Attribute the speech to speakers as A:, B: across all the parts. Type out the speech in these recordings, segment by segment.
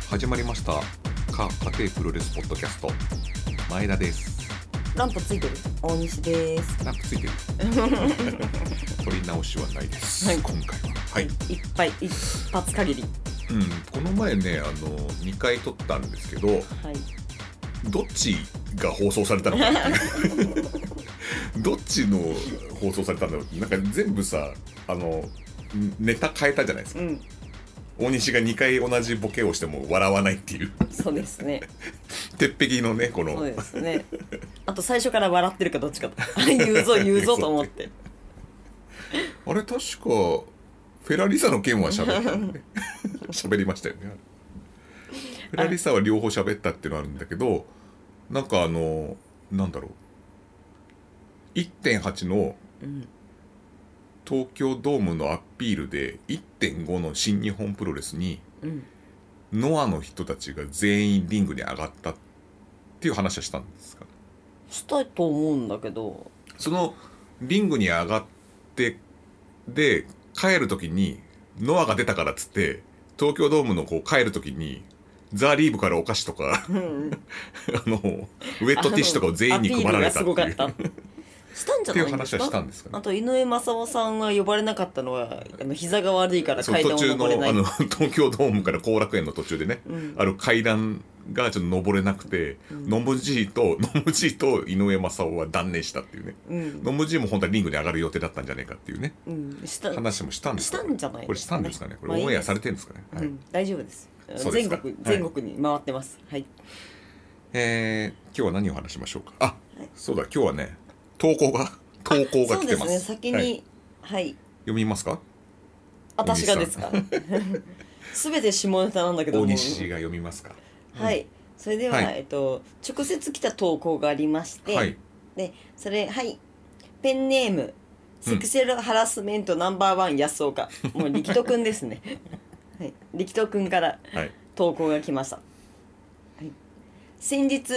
A: スターか家庭プロレスポッドキャスト前田です
B: ランプついてる大西です
A: ランプついてる取り直しはないです、
B: はい
A: 今回ははい、
B: いっぱい一発限り
A: うん、この前ねあの2回撮ったんですけど
B: はい
A: どっちが放送されたのかっていうどっちの放送されたんだろうってなんか全部さあのネタ変えたじゃないですか
B: うん
A: 大西が2回同じボケをしても笑わないっていう
B: そうですね
A: 鉄壁のねこの
B: そうです ねあと最初から笑ってるかどっちかと 言うぞ言うぞと思って
A: あれ確かフェラリサの件は喋ったんで喋りましたよねフェラリサは両方喋ったっていうのはあるんだけどなんかあのなんだろう1.8の
B: うん
A: 東京ドームのアピールで1.5の新日本プロレスに
B: うん
A: ノアの人たちが全員リングに上がったっていう話はしたんですか
B: したいと思うんだけど
A: そのリングに上がってで帰る時にノアが出たからっつって東京ドームのこう帰る時にザ・リーブからお菓子とか
B: うん
A: あのウェットティッシュとかを全員に配られた
B: アピー
A: って
B: ルがす
A: い
B: ごか
A: う
B: ったしたんじゃ
A: ってい
B: な
A: う
B: いで
A: 話
B: す
A: はした
B: か
A: んですか
B: あ
A: ね。
B: と井上正雄さんが呼ばれなかったのはあの膝が悪いから
A: そう
B: 階段
A: 途
B: を
A: 中の
B: 登れない
A: あの東京ドームから後楽園の途中でね、
B: うん
A: ある階段がちょっと登れなくて、
B: うん
A: ノムジーと ノムジーと井上正雄は断念したっていうね、
B: うん
A: ノムジーも本当はリングに上がる予定だったんじゃないかっていうね
B: うんした
A: 話もしたんですか
B: したんじゃない
A: これしたんですかねこれオンエアされてるんですかね、
B: う
A: はい
B: ん大丈夫です
A: そうです
B: 全
A: か
B: 国
A: はい
B: 全国に回ってますはい
A: えー、今日は何を話しましょうかあそうだ今日はね投稿が投稿が
B: そう
A: 来てます
B: ですね先に
A: は
B: はいい、
A: 読みますか
B: 私がですか全て下ネタなんだけど
A: 大
B: も
A: 西が読みますか
B: はいそれでは、
A: はい
B: えっと直接来た投稿がありまして、
A: はい
B: でそれはいペンネームセクシュアルハラスメントナンバーワン安岡、もう力人くんですね はい力人くんから
A: はい
B: 投稿が来ました、はい、先日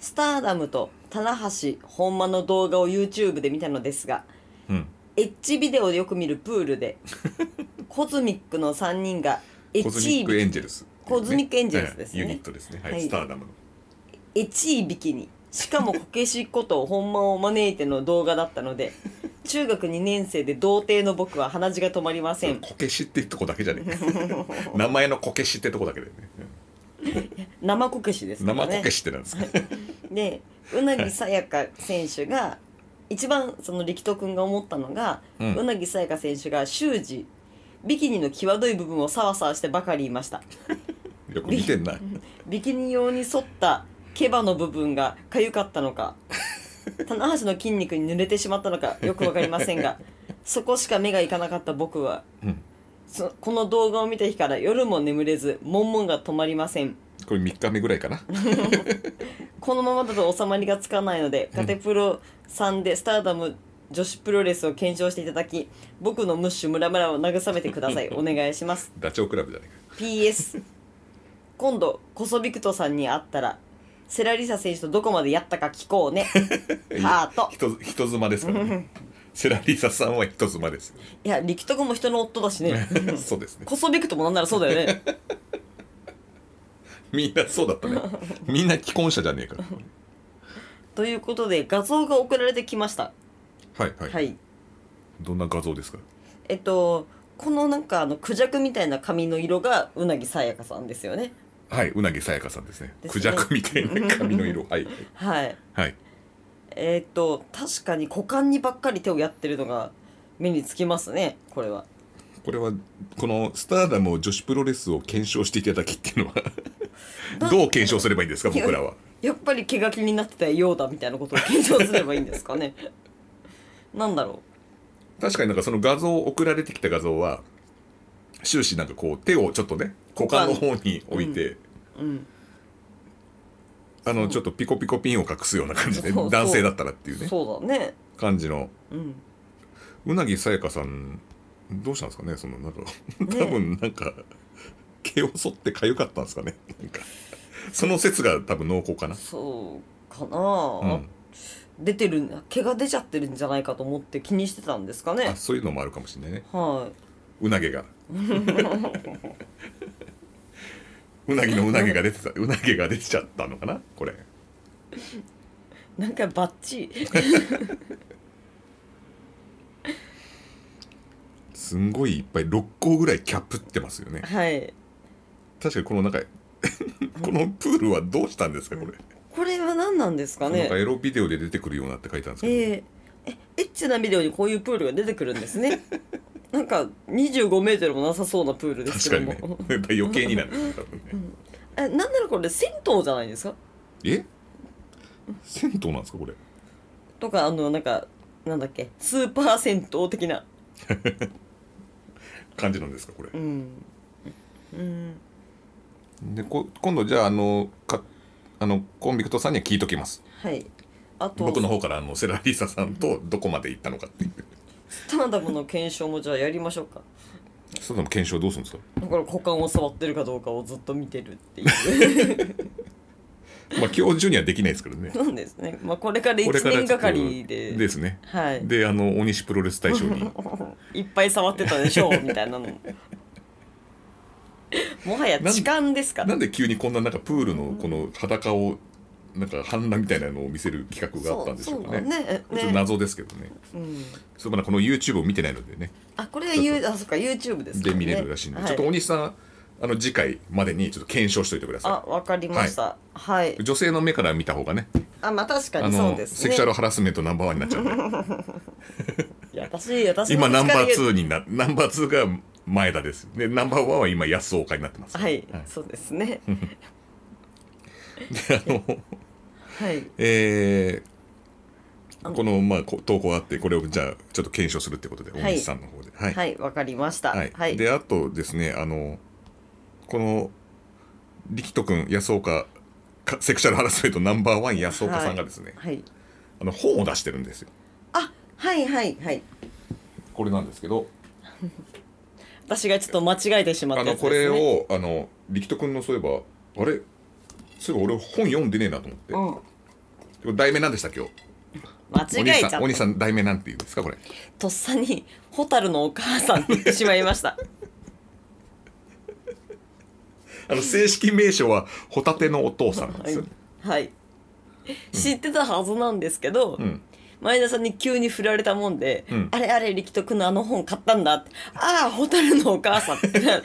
B: スターダムと棚橋本間の動画を YouTube で見たのですが
A: うん
B: エッジビデオでよく見るプール でコズミックの3人がエ
A: コ
B: ッ
A: ズミ
B: チ
A: ックエ
B: ー
A: ン
B: ビ
A: ジェルス
B: コズミックエンジェルスですね
A: ユニットですねはい、
B: はい
A: スターダムの
B: キエチービキにしかもこけしこと本間を招いての動画だったの で中学2年生で童貞の僕は鼻血が止まりません
A: こけしってとこだけじゃね え名前のこけしってとこだけだよね
B: 生こけしですから
A: 生
B: ね
A: こけしってなんですか、
B: でうなぎさやか選手が一番その力人君が思ったのが、
A: う
B: うんなぎさやか選手が終始ビキニの際どい部分をサワサワしてばかりいました
A: よく見てんな
B: ビキニ用に沿った毛羽の部分が痒かったのか棚橋の筋肉に濡れてしまったのかよくわかりませんがそこしか目がいかなかった僕は
A: うん
B: そこの動画を見た日から夜も眠れず悶々が止まりません
A: これ3日目ぐらいかな
B: このままだと収まりがつかないのでカテプロさんでスターダム女子プロレスを検証していただき僕のムッシュムラムラを慰めてくだ さいお願いします
A: ダチョウ倶楽部じゃねえか
B: PS 今度コソビクトさんに会ったらセラリサ選手とどこまでやったか聞こう ねハート
A: 人人妻ですからねセラリサさんは人妻ですよ
B: いや力徳も人の夫だしね
A: そうです ね
B: コソビクトもなんならそうだよ ね
A: みんなそうだっ たねみんな既婚者じゃねえから
B: ということで画像が送られてきました
A: はいはい、
B: はい
A: どんな画像ですか
B: えっとこのなんかあのクジャクみたいな髪の色がうなぎさやかさんですよね
A: はいうなぎさやかさんですね
B: ですね
A: クジャクみたいな髪 の色はい
B: はい
A: はい
B: えっと確かに股間にばっかり手をやってるのが目につきますねこれは
A: これはこのスターダムを女子プロレスを検証していただきっていうのは
B: な
A: どう検証すればいいんですか僕らは
B: やっぱり毛が気になってたようだみたいなことを検証すればいいんですかねなんだろ
A: 確かになんかその画像送られてきた画像は終始なんかこう手をちょっとね股間の方に置いて、
B: ううん
A: あのちょっとピコピコピンを隠すような感じで
B: そうそう
A: 男性だったらっていうね
B: そうだね
A: 感じの
B: うん
A: うなぎさやかさんどうしたんですかねそのなんか多分なんか、毛を剃って痒かったんですかねなんかその説が多分濃厚かな、
B: そうか
A: うん
B: な、出てるん毛が出ちゃってるんじゃないかと思って気にしてたんですかね
A: あそういうのもあるかもしれないね
B: は
A: うなげが うなぎのうなげが出てたうなげが出てちゃったのかなこれ
B: なんかバッチリ
A: すんごいいっぱい6個ぐらいキャップってますよね
B: はい
A: 確かにこの中 このプールはどうしたんですかこれ、
B: これは何なんですか
A: なんか
B: ね
A: エロビデオで出てくるようなって書いてあるんですけど、
B: えー、えエッチなビデオにこういうプールが出てくるんです ねなんか25メートルもなさそうなプールです
A: 確
B: け
A: か
B: ど
A: に
B: も、
A: ね余計になるよね多分ね、
B: えなんならこれ銭湯じゃないですか
A: え銭湯なんですかこれ
B: とかあのなんかなんだっけスーパー銭湯的な
A: 感じなんですかこれ
B: うんうん
A: でこ今度じゃああのかあのコンビクトさんには聞いときます
B: はいあと
A: 僕の方からあのセラリーサさんとどこまで行ったのかっていう
B: スターダムの検証もじゃあやりましょうか
A: その検証どうするんですか
B: だから股間を触ってるかどうかをずっと見てるって いう
A: まあ今日中にはできないですけどね
B: そうですねまあこれから1
A: これからちょ
B: 年
A: っと
B: がかりで
A: ですね
B: はい
A: であの大西プロレス大賞 に
B: いっぱい触ってたでしょうみたいなのもはや痴漢ですから
A: なんで急にこんななんかプールのこの裸をなんか半裸みたいなのを見せる企画があったんでしょうかね
B: そうそう
A: ちょ
B: ね
A: っと
B: ね、
A: 謎ですけどね
B: うん、
A: そうまだこの YouTube を見てないのでね
B: あこれはゆうあそっか YouTube ですか
A: で
B: らね
A: 見れるらしいんで、
B: はい、
A: ちょっと大西さんあの次回までにちょっと検証しておいてくださ
B: あわかりましたはい、
A: い女性の目から見た方がね
B: あまあ確か
A: あ
B: にそう
A: の、
B: です
A: セ
B: ね
A: クシャルハラスメントナンバーワンに なっちゃうんで
B: いや私私
A: 今ナンバー
B: ー
A: 2になナンバー2が前田ですでナンバーワンは今安岡になってます
B: はい、
A: はい
B: そうです ね
A: であの
B: はい
A: えーこのまあこ投稿あってこれをじゃあちょっと検証するってことで
B: い
A: 大西さんの方ではい、
B: はいわかりました
A: はい
B: はい
A: であとですねあのこの力人君安岡かセクシャルハラスメントナンバーワン安岡さんがですね、
B: はい
A: あの本を出してるんですよ
B: あはいはいはい
A: これなんですけど
B: 私がちょっと間違えてしまっ
A: あ
B: たや
A: の
B: つ
A: こ
B: で
A: れ
B: すね
A: をあの力人君のそういえばあれそういえば俺本読んでねえなと思って、
B: うん
A: これ題名なんでした今日
B: 間違えちゃった
A: お兄さんお兄さん題名なんて言うんですかこれ
B: とっさに「蛍のお母さん」って言ってしまいました
A: あの正式名称はホタテのお父さんなんですよ、ね
B: はい知ってたはずなんですけど、
A: うん、
B: 前田さんに急に振られたもんで「
A: うん
B: あれあれ力徳のあの本買ったんだ」って「ああ蛍のお母さん」 ってな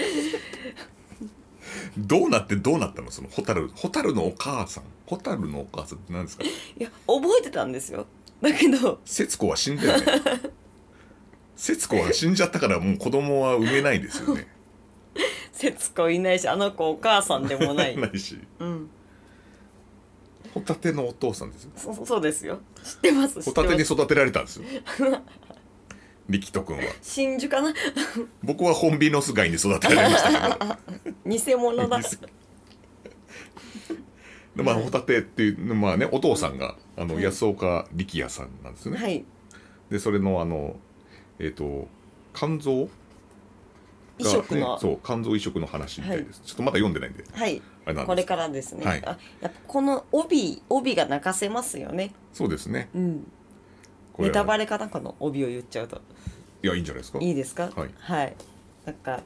A: どうなってどうなったのそのホタルホタルのお母さんホタルのお母さんって何ですか
B: いや覚えてたんですよだけど
A: 節子は死ん だよね節子は死んじゃったからもう子供は産めないですよね
B: 節子いないしあの子お母さんでもない、
A: ないし
B: うん、
A: ホタテのお父さんですよ
B: そそうですよ知ってます知
A: ホ
B: って
A: タテ
B: ま
A: に
B: す
A: 育てられたんで すよ力人君は
B: 真珠かな
A: 僕はホンビノス貝に育てられ ましたけど
B: 偽物だ
A: でまあホタテっていうのまあねお父さんがあの
B: はい
A: 安岡力也さんなんですよね、
B: はい
A: でそれのあのえっ、と肝臓
B: 異
A: が
B: 色
A: ね
B: の、
A: そう肝臓移植の話みたいです、ちょっとまだ読んでないんで
B: はい
A: あれなんです
B: これからですね、
A: はい
B: あやっぱこの帯帯が泣かせますよね、
A: そうですね
B: うん、
A: これ
B: ネタバ
A: レ
B: レかなこの帯を言っちゃうと
A: いやいいんじゃないですか
B: いいですか
A: はい
B: なんか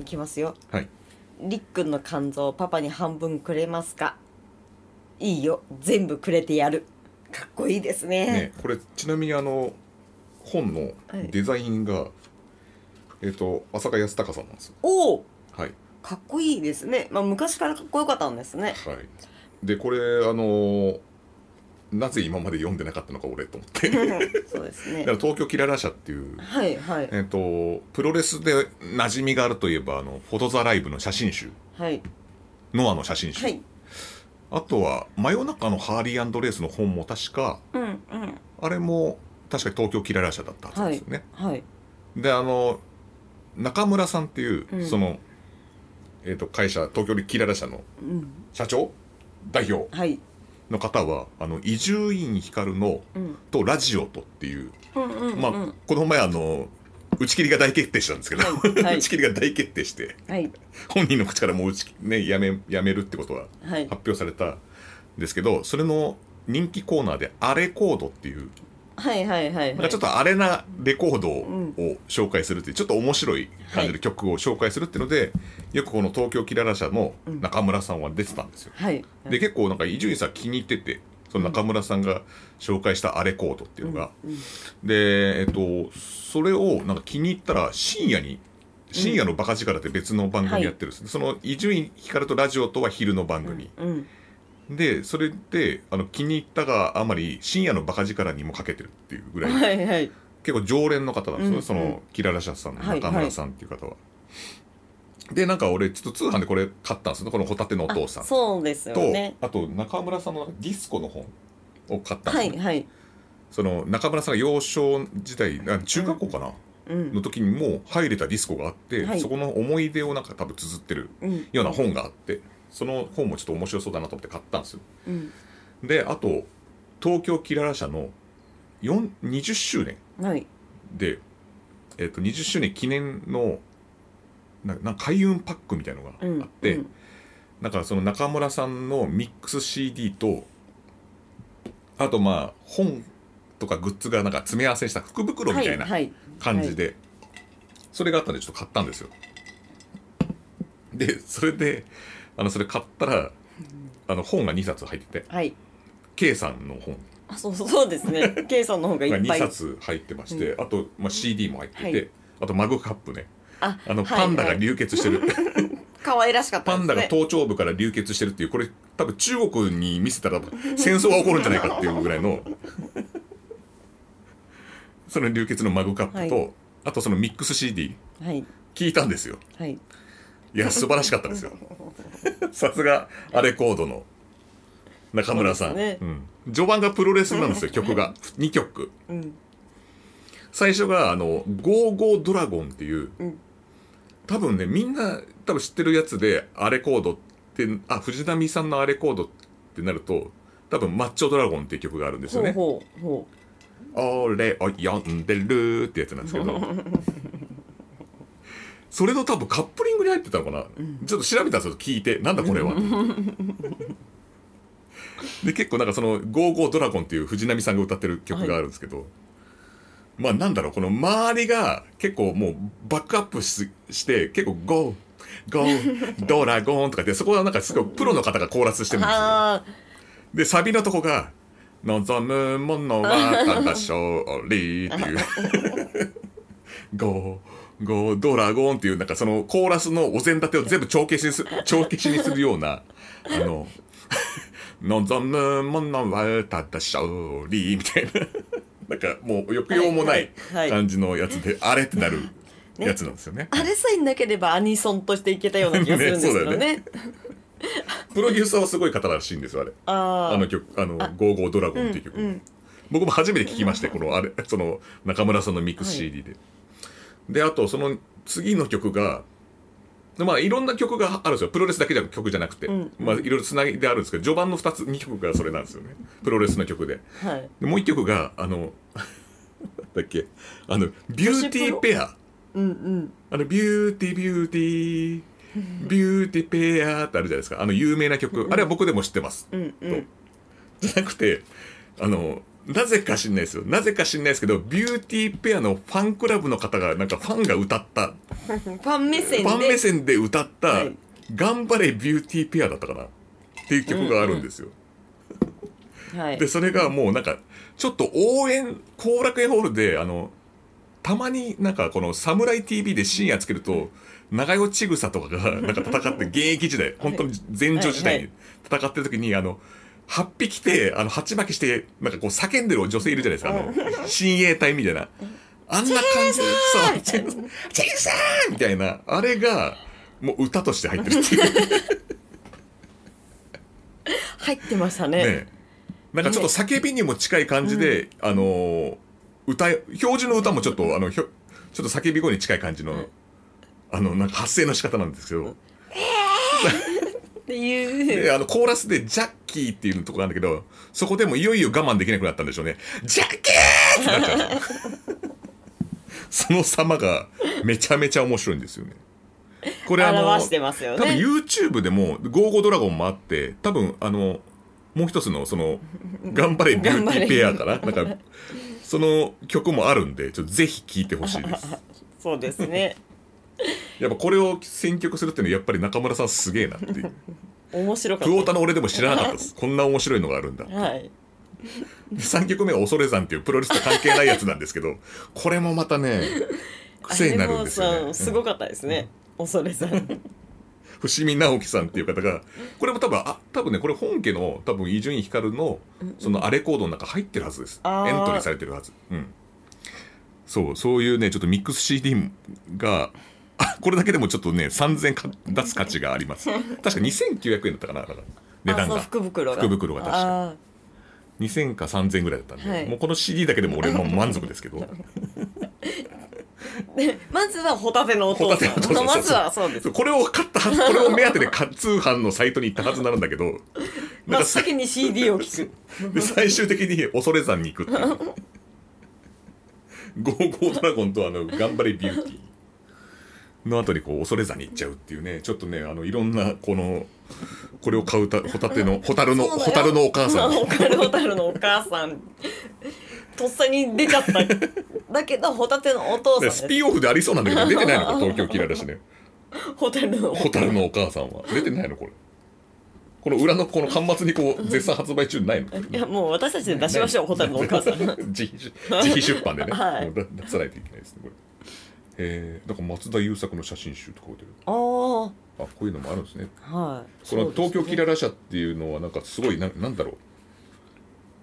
B: いきますよ
A: はい
B: りっくんの肝臓をパパに半分くれますかいいよ全部くれてやるかっこいいですね
A: ねこれちなみにあの本の
B: はい
A: デザインが、えっ、と浅香康隆さんなんですよ
B: おお
A: はい
B: かっこいいですねまあ昔からかっこよかったんですね
A: はいでこれあのーなぜ今まで読んでなかったのか俺と 思って
B: そうですね
A: だから東京キララ社っていう、
B: はいはい
A: えっとプロレスで馴染みがあるといえばあのフォト・ザ・ライブの写真集
B: はい
A: ノアの写真集、
B: はい
A: あとは「真夜中のハーリーレース」の本も確か
B: うんうん
A: あれも確か東京キララ社だったはずなんですよね、
B: はい
A: であの中村さんっていう、
B: うん
A: その、えっと会社東京でキララ社の
B: うん
A: 社長代表
B: はい
A: の方はあの伊集院光の
B: うん
A: とラジオとっていう
B: うんうんうん
A: まあ、この前あの打ち切りが大決定したんですけど、
B: はいはい
A: 打ち切りが大決定して
B: はい
A: 本人の口からもう打ち切ねやめやめるってことは
B: はい
A: 発表されたんですけどそれの人気コーナーで「アレコード」っていう
B: はいはいはい
A: なん
B: は
A: か
B: い
A: ちょっとアレなレコード
B: ん
A: を紹介するっていうちょっと面白い感じ
B: は
A: の
B: い
A: 曲を紹介するっていうので、よくこの東京キララ社の中村さんは出てたんですよ。
B: はい
A: で結構なんか伊集院さん気に入っててその中村さんが紹介したアレコードっていうのが、でえっとそれをなんか気に入ったら深夜に深夜のバカ力って別の番組やってるんです、その伊集院光とラジオとは昼の番組、
B: うん
A: でそれであの気に入ったがあまり深夜のバカ力にもかけてるっていうぐらい
B: はいはい
A: 結構常連の方なんですよ、
B: うん
A: そのキララ社さんの
B: はい
A: 中村さんっていう方は。でなんか俺ちょっと通販でこれ買ったんですよこのホタテのお
B: あ
A: 父さん
B: そうですよ
A: と、
B: ね
A: あと中村さんのディスコの本を買ったんで
B: は
A: すよ
B: いはい
A: その中村さんが幼少時代あ中学校かな、
B: うん
A: の時にもう入れたディスコがあって、
B: はい
A: そこの思い出をなんか多分綴ってる
B: うん
A: ような本があってその本もちょっと面白そうだなと思って買ったんですよ
B: うん
A: であと東京キララ社の4 20周年
B: はい
A: で、えっと20周年記念のなんかなんか開運パックみたいのが
B: うん
A: あって、
B: うん
A: なんかその中村さんのミックス CD とあとまあ本とかグッズがなんか詰め合わせした福袋みたいな
B: はい
A: 感じで、それがあったんでちょっと買ったんですよ。でそれであのそれ買ったらあの本が2冊入ってて
B: はい、はい、
A: K さんの本
B: あそうそうそうです ね K さんの方がい
A: が
B: っぱ
A: 2
B: い
A: 冊入ってまして、あと、まあ、CD も入ってて、
B: はい
A: あとマグカップね
B: あ
A: あの
B: はい
A: パンダが
B: はい
A: 流 血してる、
B: 可愛らしかったで
A: パ
B: す
A: ン
B: ね
A: ダが頭頂部から流血してるっていうこれ多分中国に見せたら戦争が起こるんじゃないかっていうぐらいのその流血のマグカップと、
B: はい
A: あとそのミックス CD
B: はい
A: 聞いたんですよ
B: はい
A: いや素晴らしかったです よさすがアレコードの中村さん、
B: そうです
A: うん序盤がプロレスなんですよ曲が2曲
B: うん
A: 最初があの「ゴーゴードラゴン」っていう、
B: うん
A: 多分ねみんな多分知ってるやつであれコードってあ藤波さんのあれコードってなると多分「マッチョドラゴン」っていう曲があるんですよね。
B: ほうほ
A: 俺を呼んでるってやつなんですけどそれの多分カップリングに入ってたのかな、ちょっと調べたんですよ聞いてなんだこれはで結構なんかその「ゴーゴードラゴン」っていう藤波さんが歌ってる曲があるんですけど、まあなんだろうこの周りが結構もうバックアップしして結構「ゴーゴードラゴン」とかってそこはなんかすごいプロの方がコーラスして
B: う
A: るんですよ。
B: あ
A: でサビのとこが「望むものはただ勝利」っていう 「ゴーゴードラゴン」っていうなんかそのコーラスのお膳立てを全部帳消しにす帳消しにするようなあの「望むものはただ勝利」みたいななんかもう抑揚もない
B: はいはいはい
A: 感じのやつであれってなるやつなんですよね。
B: ーあれさえなければアニソンとしていけたような気がするんですけどね
A: ねプロデューサーはすごい方らしいんですよあれ。
B: あ
A: あ
B: あ
A: の曲、あの、ゴーゴードラゴンっていう曲、
B: うんうん
A: 僕も初めて聞きまして、この、あれ、 その、中村さんのミックス
B: はい
A: CD で。で、あと、その次の曲が、まあ、いろんな曲があるんですよ。プロレスだけじゃ曲じゃなくて。
B: ん
A: まあ、いろいろつなぎであるんですけど、序盤の2つ、2曲がそれなんですよね。プロレスの曲で。
B: はい
A: でもう1曲が、あの、なんだっけ、あの、ビューティーペア。
B: うんうん
A: あの、ビューティービューティー、ビューティーペアってあるじゃないですか。あの、有名な曲。あれは僕でも知ってます。
B: うんう
A: と
B: ん
A: じゃなくてあのなぜか知んないですよなぜか知んないですけどビューティーペアのファンクラブの方がなんかファンが歌った
B: ファン目線
A: ファン目
B: で
A: 線で歌った「
B: はい
A: 頑張れビューティーペア」だったかなっていう曲があるんですよ、
B: はい
A: でそれがもうなんかちょっと応援後楽園ホールであのたまになんかこの「サムライ TV」で深夜つけると長与千草とか がなんか戦って現役時代本当に前兆時代に戦ってる時にあの8匹来てあの鉢巻きしてなんかこう叫んでる女性いるじゃないですかあの親衛隊みたいなあんな感じで「 そう千草!」みたいなあれがもう歌として入ってるっていう。
B: 入ってましたね
A: ねなんかちょっと叫びにも近い感じで、あのー歌い標準の歌もちょっとあのひょちょっと叫び声に近い感じの、あのなんか発声の仕方なんですけど、
B: っていう
A: であのコーラスでジャッキーっていうとこなんだけどそこでもいよいよ我慢できなくなったんでしょうねジャッキーってなっちゃ うその様がめちゃめちゃ面白いんですよねこれあの
B: 表してますよ
A: 多分
B: ね
A: YouTube でも「ゴーゴードラゴン」もあって多分あのもう一つのその「頑張れビューティーペア」かななんかその曲もあるんでちょっとぜひ聴いてほしいです
B: そうですね
A: やっぱこれを選曲するっていうのはやっぱり中村さんすげえなって いう
B: 面白か
A: クオー
B: っ
A: タの俺でも知らなかった ですこんな面白いのがあるんだ
B: たはい
A: 3曲目は「恐山」っていうプロレスと関係ないやつなんですけどこれもまたね癖になるんです
B: あれ
A: よ
B: も
A: ね
B: さすごかったですね、恐れさん
A: 伏見直樹さんっていう方がこれも多分あ多分ねこれ本家の多分伊集院光のそのアレコードの中入ってるはずですエン
B: あー
A: トリーされてるはずうんそうそういうねちょっとミックス CD があこれだけでもちょっとね3000か出す価値があ ります確か2900円だったかななんか値
B: あ
A: 段
B: その
A: が
B: 福袋が
A: 福袋が確か
B: あ
A: 2000か3000ぐらいだったんで、
B: はい
A: もうこの CD だけで も俺もう満足ですけど
B: ーでまずはホタテのお父さん
A: ホタテのお父さん
B: まずはそうです
A: そうこれを買ったはずこれを目当てでか通販のサイトに行ったはずなんだけど
B: 真っ先に CD を聞く
A: で最終的に恐山に行くっていうゴーゴードラゴンとあの頑張れビューティーの後にこう恐山に行っちゃうっていうねちょっとねあのいろんなこのこれを買うたホタテのホタルの
B: そうだよ
A: ホタルのお母さん
B: ホタルホタルのお母さんとっさに出ちゃっただけどホタテのお父さん
A: で
B: です
A: スピンオフでありそうなんだけど出てないのか東京キラだしね
B: ホタルの
A: ホタルのお母さんは出てないのこれこの裏のこの端末にこう絶賛発売中ないの
B: いやもう私たちで出しましょうホタルのお母さん
A: 自費出自費出版でね、
B: はい
A: もう出出さないといけないですねこれえー、なんか松田優作の写真集とか置いてる
B: ああは
A: あこういうのもあるんですね
B: い
A: この東京キ
B: い
A: ララ社っていうのはなんかすごいななんだろう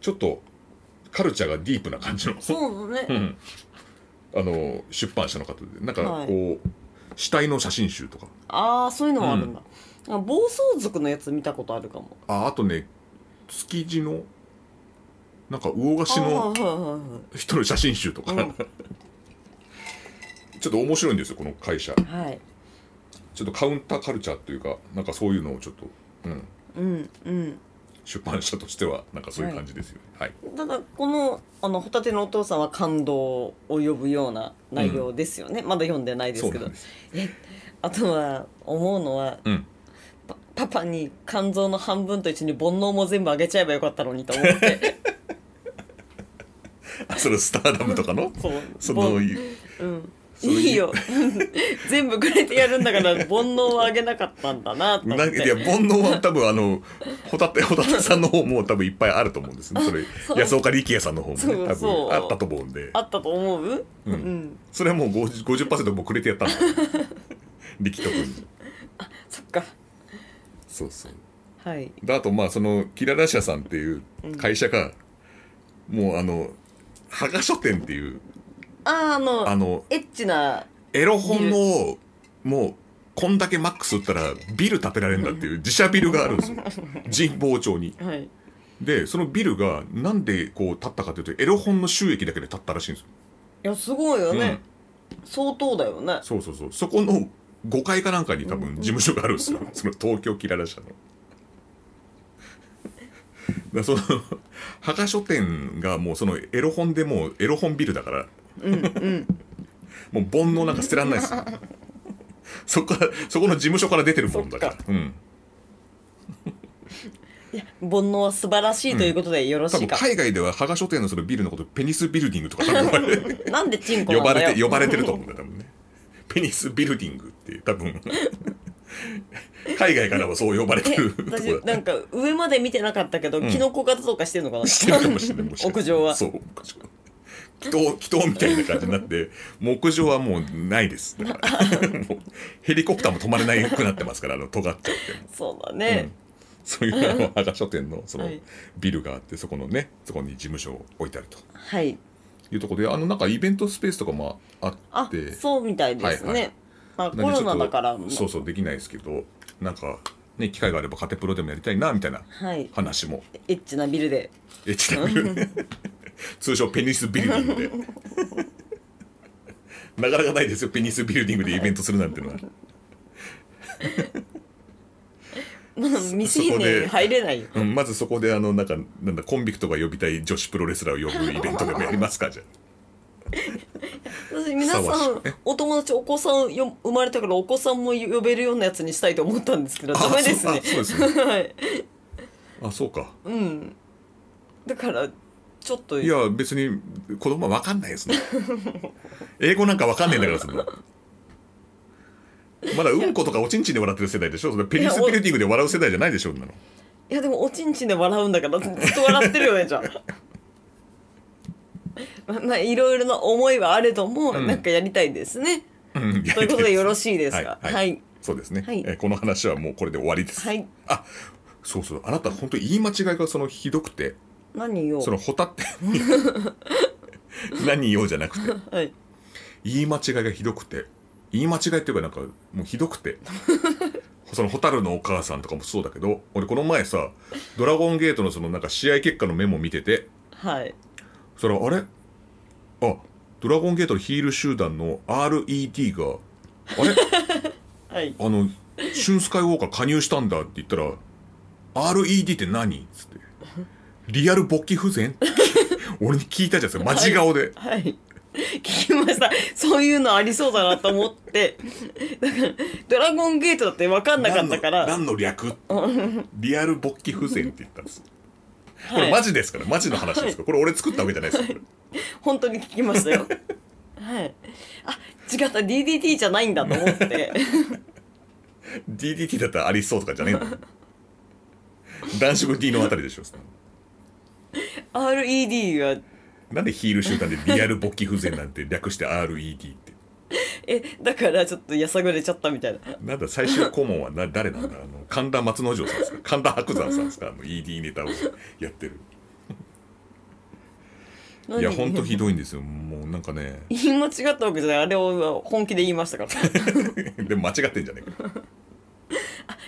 A: ちょっとカルチャーがディープな感じの
B: そうね、
A: うん あの出版社の方でなんかこう、
B: はい
A: 死体の写真集とか
B: ああそういうのもあるんだ、あ暴走族のやつ見たことあるかも
A: ああとね築地のなんか魚河岸の
B: あーはいはいはい
A: 人の写真集とか、
B: うん
A: ちょっと面白いんですよこの会社
B: はい。
A: ちょっとカウンターカルチャーというかなんかそういうのをちょっと、うん、
B: うんうん。
A: 出版社としてはなんかそういう感じですよねはい、
B: ただこのあのホタテのお父さんは感動を呼ぶような内容ですよね。まだ読んでないです
A: そう
B: け
A: な
B: ど
A: んで。す
B: あとは思うのは。
A: うん
B: パパパに肝臓の半分と一緒に煩悩も全部あげちゃえばよかったのにと思っ て
A: あそれスターダムとかの
B: そう
A: そのい
B: うん、
A: そういう
B: いいよ全部くれてやるんだから煩悩はあげなかったんだなと
A: う
B: 思
A: な
B: っ
A: い
B: て
A: や煩悩は多分あのホタテホタテさんの方も多分いっぱいあると思うんですねそれ
B: そう
A: 安岡力也さんの方もね
B: そう
A: 多
B: そう
A: 分あったと思うんで
B: あったと思う、
A: うん
B: うん、
A: それはもう50 50%もうくれてやったんだ力人君に
B: そっか
A: そうそう
B: はい
A: だあとまあそのキララ社さんっていう会社が、もうあの羽賀書店っていう
B: あーあの
A: あの
B: エッチな
A: エロ本をもうこんだけマックス売ったらビル建てられるんだっていう自社ビルがあるんですよ神保町に
B: はい
A: でそのビルがなんでこう建ったかというとエロ本の収益だけで建ったらしいんですよ、
B: いやすごいよ
A: うん
B: ね、相当だよね
A: そうそうそうそこの5階かなんかに多分事務所があるんですよその東京キララ社の。だからその羽賀書店がもうそのエロ本でもうエロ本ビルだから
B: うんうん
A: もう煩悩なんか捨てらんないですよそこからそこの事務所から出てるもんだから
B: そ
A: うん、
B: 煩悩は素晴らしいということでよろし
A: 多
B: い
A: 分
B: か、
A: 海外では羽賀書店のそのビルのことペニスビルディングとか多分呼ばれて
B: なんでチンコな
A: 呼
B: ん
A: ば
B: だよ
A: れて呼ばれてると思うんだよ多分ねペニスビルディングって多 分海外からはそう呼ばれて
B: え
A: るとこ
B: 私
A: ろだ
B: なんか上まで見てなかったけど、キノコ型とかしてるのかな
A: してるかもしれないもしかしたら
B: 屋上は
A: そう屋上祈祷祈祷みたいな感じになって木上はもうないですだからもうヘリコプターも止まれなくなってますからあの尖っちゃって
B: そうだ
A: うん
B: ね、
A: そういうあの羽賀書店のその
B: はい
A: ビルがあってそこのねそこに事務所を置いてあると
B: はい
A: いうところであのなんかイベントスペースとかもあっ
B: あ
A: て
B: そうみたいですね、
A: はいはい
B: まあ
A: なん
B: コ
A: でちょ
B: ロ
A: っと
B: ナだから
A: そうそうできないですけどなんかね機会があればカテプロでもやりたいなみたいな
B: はい
A: 話も
B: エッチなビルで
A: HW 通称ペニスビルディングでなかなかないですよペニスビルディングでイベントするなんてのは
B: まあ店
A: そこで
B: に入れないよ
A: うんまずそこであのなんかなんだコンビクトが呼びたい女子プロレスラーを呼ぶイベントでもやりますかじゃあ
B: 私皆さ
A: 騒
B: んお友達お子さんよ生まれたからお子さんも呼べるようなやつにしたいと思ったんですけどダメですね
A: あそうあそうですね
B: はい
A: あそうか
B: うんだからちょっと
A: いや別に子供は分かんないで すね英語なんか分かんないんだからそんなまだうんことかおちんちんで笑ってる世代でしょそれペニスピレティングで笑う世代じゃないでしょそんなの
B: いやでもおちんちんで笑うんだからずっと笑ってるよねじ ゃあまあま あいろいろな思いはあれども、
A: うん
B: なんかやりたいですね
A: うんや
B: ということでよろ
A: い
B: しいですか
A: は
B: はいい
A: は
B: はいい、
A: そうですね、
B: はい
A: えーこの話はもうこれで終わりです、あそうそうあなた本当に言い間違いがそのひどくて
B: 何よ
A: そのホタテ 何言おうじゃなくて
B: はい
A: 言い間違いがひどくて言い間違いっていうかなんかもうひどくてその蛍のお母さんとかもそうだけど俺この前さ「ドラゴンゲート」のそのなんか試合結果のメモ見てて
B: はい
A: それあれあドラゴンゲートのヒール集団の RET があれ
B: はい
A: あのシュンスカイウォーカー加入したんだって言ったら「RED って何?」っつって「リアル勃起不全? 」俺に聞いたじゃんそれマジ顔で。
B: はい聞きましたそういうのありそうだなと思って だからドラゴンゲートだって分かんなかったから
A: 何の何の略リアル勃起風船って言ったんですこ
B: は
A: れ
B: い
A: マジですからマジの話ですからこれ俺作ったわけじゃないですよこ
B: 本当に聞きました よはいあ違った DDT じゃないんだと思って
A: れ DDT だったらありそうとかじゃねえんだよ男色 D のあたりでしょ
B: RED は
A: なんでヒール集団でリアル勃起風船なんて略して RED って
B: えだからちょっとやさぐれちゃったみたいな
A: なんだ最終顧問はな誰なんだあの神田松之丞さんですか神田伯山さんですかあの ED ネタをやってるいやほんとひどいんですよもうなん かね
B: 言い間違ったわけじゃないあれを本気で言いま したから
A: でも間違ってんじゃねえか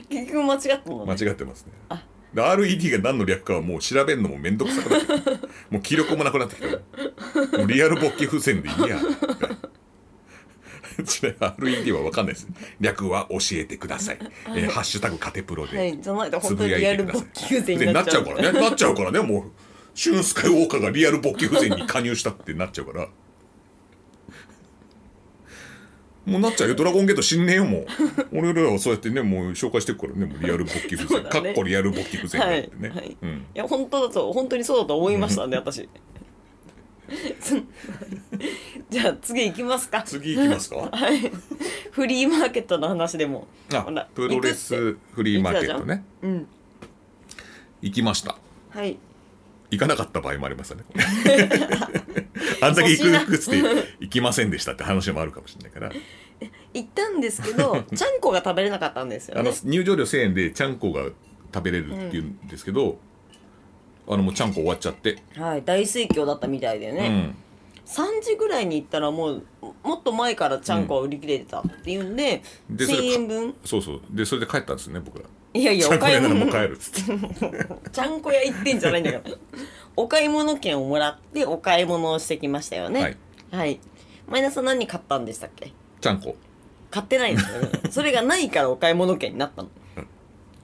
B: 結局間違ったの、
A: 間
B: ね、
A: 違ってますねで RED が何の略かはもう調べるのもめんどくさくなってきたもう気力もなくなってきたもうリアル勃起風船でいいやそれ RED は分かんないです略は教えてください、えーハッシュタグカテプロで、
B: はいじゃないと
A: つ
B: 本当
A: ぶ
B: に
A: やい
B: リア
A: て
B: ル
A: くださ
B: 勃
A: い
B: 起風船にな
A: な
B: っ
A: っ
B: ち
A: ち
B: ゃ
A: ゃ
B: う
A: うからねなっちゃうからねもうシュンスカイウォーカーがリアル勃起風船に加入したってなっちゃうからもうなっちゃうよドラゴンゲート死んねえよもう俺らはそうやってねもう紹介してくからねもうリアル勃起風
B: そう
A: 船、
B: だ
A: か
B: ね
A: っこリアル勃起風船だってね、
B: はいはい
A: うん
B: いや本当だと本当にそうだと思いましたね私 そんじゃあ次行きますか
A: 次行きますか
B: はいフリーマーケットの話でもほ
A: あ
B: ら
A: プロレスフリーマーケットね
B: うん
A: 行きました
B: はい
A: 行かなかった場合もあり ましたねあんだけ行く行くっつって行きませんでしたって話もあるかもしれないから
B: 行ったんですけ どちゃんこが食べれなかったんですよ
A: あの
B: ね
A: 入場料1000円でちゃんこが食べれるっていうんですけど、あのもうちゃんこ終わっちゃって、
B: はい大盛況だったみたいでね、3時ぐらいに行ったらもうもっと前からちゃんこは売り切れてたっていうんで、
A: うんでそれ
B: 1000円分
A: そうそうでそれで帰ったんですね僕ら
B: いやい
A: ち
B: や
A: ゃ
B: お
A: んこ屋
B: 買い
A: ならもう
B: 物
A: 帰るっつって
B: ちゃんこ屋行ってんじゃないんだ からお買い物券をもらってお買い物をしてきましたよね
A: は
B: はいい、マイナス何買ったんでしたっけ
A: ちゃんこ
B: 買ってないんですよ ねそれがないからお買い物券になったの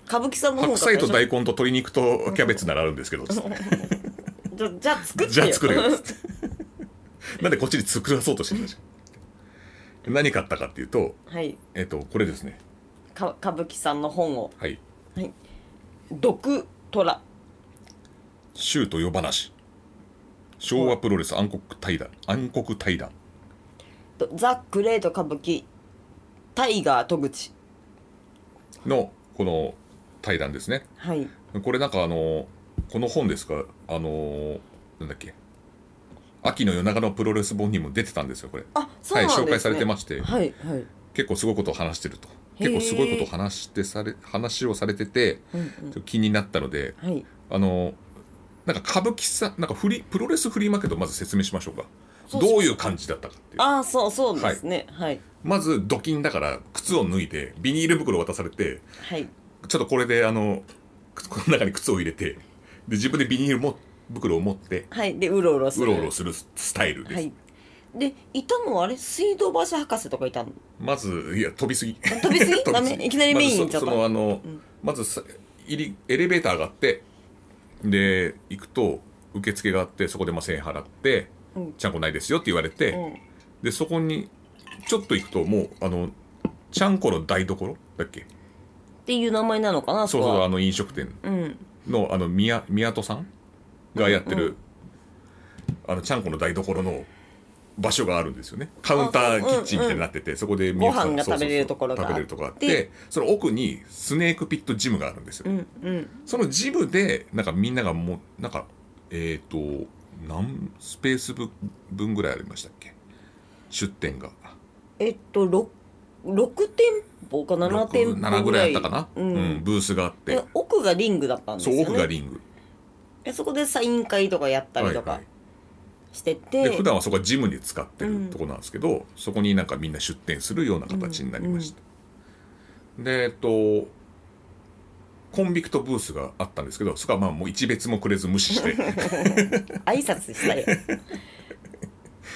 B: 歌舞伎さんの方
A: 白菜と
B: 買っ
A: 大根と鶏肉とキャベツならあるんですけどつって
B: たでしょじゃじゃあ作ってよ
A: じゃあ作れよっつってなんでこっちに作らそうとしてるんじゃん何買ったかっていうと
B: はい
A: えっとこれですね
B: か歌舞伎さんの本を
A: はい
B: 「毒虎
A: 「シュート夜話」昭和プロレス暗黒対談暗黒対談」
B: と「ザ・グレート歌舞伎」「タイガー戸口
A: のこの対談ですね」
B: はい
A: これなんかあのこの本ですかあのなんだっけ秋の夜長のプロレス本にも出てたんですよこれ
B: あそうなんです、
A: はい
B: ね
A: 紹介されてまして
B: はいはい、
A: 結構すごいことを話してると
B: へー
A: 結構すごいことを話してされ話をされてて
B: うん
A: ちょっと気になったので
B: うん、はい
A: あのなんか歌舞伎さんなんかフリプロレスフリーマーケットをまず説明しましょうか
B: そうそう
A: どういう感じだったかっていう
B: ああそうそうですねはい
A: まずドキンだから靴を脱いでビニール袋を渡されて
B: はい、
A: ちょっとこれであのくこの中に靴を入れてで自分でビニールも袋を持って
B: はい、でうろうろす
A: う
B: る
A: ろうろするスタイルです、
B: はいでいたのはあれ水道橋博士とかいたの
A: まずいや 飛びすぎ
B: 飛びすぎダメいきなりメイン行っちゃった
A: まずそそのあの、まずさ入りエレベーター上がってで行くと受付があってそこでまあ1000円払って、
B: うん
A: ちゃんこないですよって言われて、
B: うん
A: でそこにちょっと行くともうあのちゃんこの台所だっけ
B: っていう名前なのかな
A: そ
B: そうこ
A: そうあ
B: は
A: の飲食店
B: うん
A: のあの宮宮戸さんがやってるあのちゃんこの台所の場所があるんですよねカウンターキッチンみたいになっててそこで
B: ご飯が
A: そうそうそう
B: 食べれるところがあって
A: 食べれるところがあってその奥にスネークピットジムがあるんですよ、
B: うんうん
A: そのジムでなんかみんながもうなんかえっ、と何スペース分分ぐらいありましたっけ出店が
B: えっと 6, 六店舗か7店舗ぐらい
A: 7ぐらいあったかな、
B: う
A: うん
B: ん
A: ブースがあって、
B: で奥がリングだったんです
A: そ
B: よ、
A: う
B: ね、
A: 奥がリング
B: でそこでサイン会とかやったりと
A: は
B: か
A: い
B: してて、
A: はい、で普段はそこはジムに使ってるとこなんですけど、そこになんかみんな出店するような形になりました、でえっとコンビクトブースがあったんですけどそこはまあもう一別もくれず無視して
B: 挨拶したり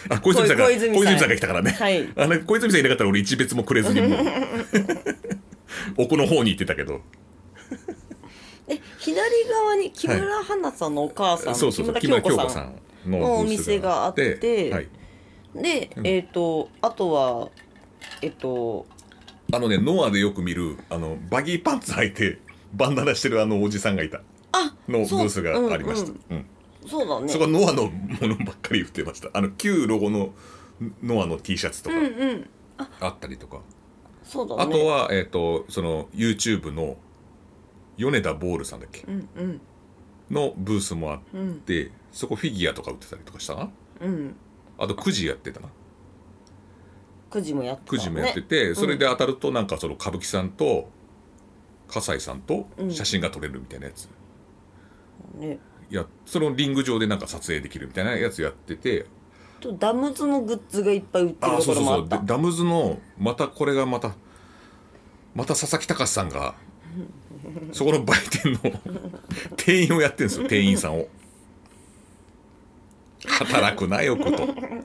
A: あ小泉さんが
B: 小
A: 小
B: 泉さん
A: 泉さんが来たからね
B: はい
A: あの小泉さんいなかったら俺一別もくれずにも う奥の方に行ってたけど
B: で左側に木村花さんのお母さん、
A: そうそうそう
B: 木
A: 木
B: 村
A: 村
B: 京
A: 京
B: 子さ
A: 子さ
B: ん
A: んのブース
B: のお店があって
A: はい、
B: で、
A: うん
B: えっ、とあとはえっと
A: あのねノアでよく見るあのバギーパンツ履いてバンダナしてるあのおじさんがいた
B: あ
A: のブ
B: そう
A: ースがありました
B: うんうん
A: うん
B: そうだね
A: そこはノアのものばっかり売ってましたあの旧ロゴのノアの T シャツと
B: う
A: か
B: んうん
A: あったりとか、
B: そうだね
A: あとは、えっとその YouTube の米田ボールさんだっけ
B: うんうん
A: のブースもあっ
B: うん
A: てそこフィギュアとか売ってたりとかしたな
B: うん
A: あとくじやってたな
B: くじもやってた
A: く
B: ね
A: じもやってて、
B: ん
A: それで当たるとなんかその歌舞伎さんと葛西さんと写真が撮れるみたいなやつ、
B: ね
A: いやそのリング上でなんか撮影できるみたいなやつやってて
B: とダムズのグッズがいっぱい売ってる
A: あ
B: とこ
A: そうそ
B: ろ
A: う
B: も
A: そ
B: あっ
A: うで
B: た
A: ダムズのまたこれがまたまた佐々木隆さ んがそこの売店の店員をやってるんですよ店員さんを働くなよことね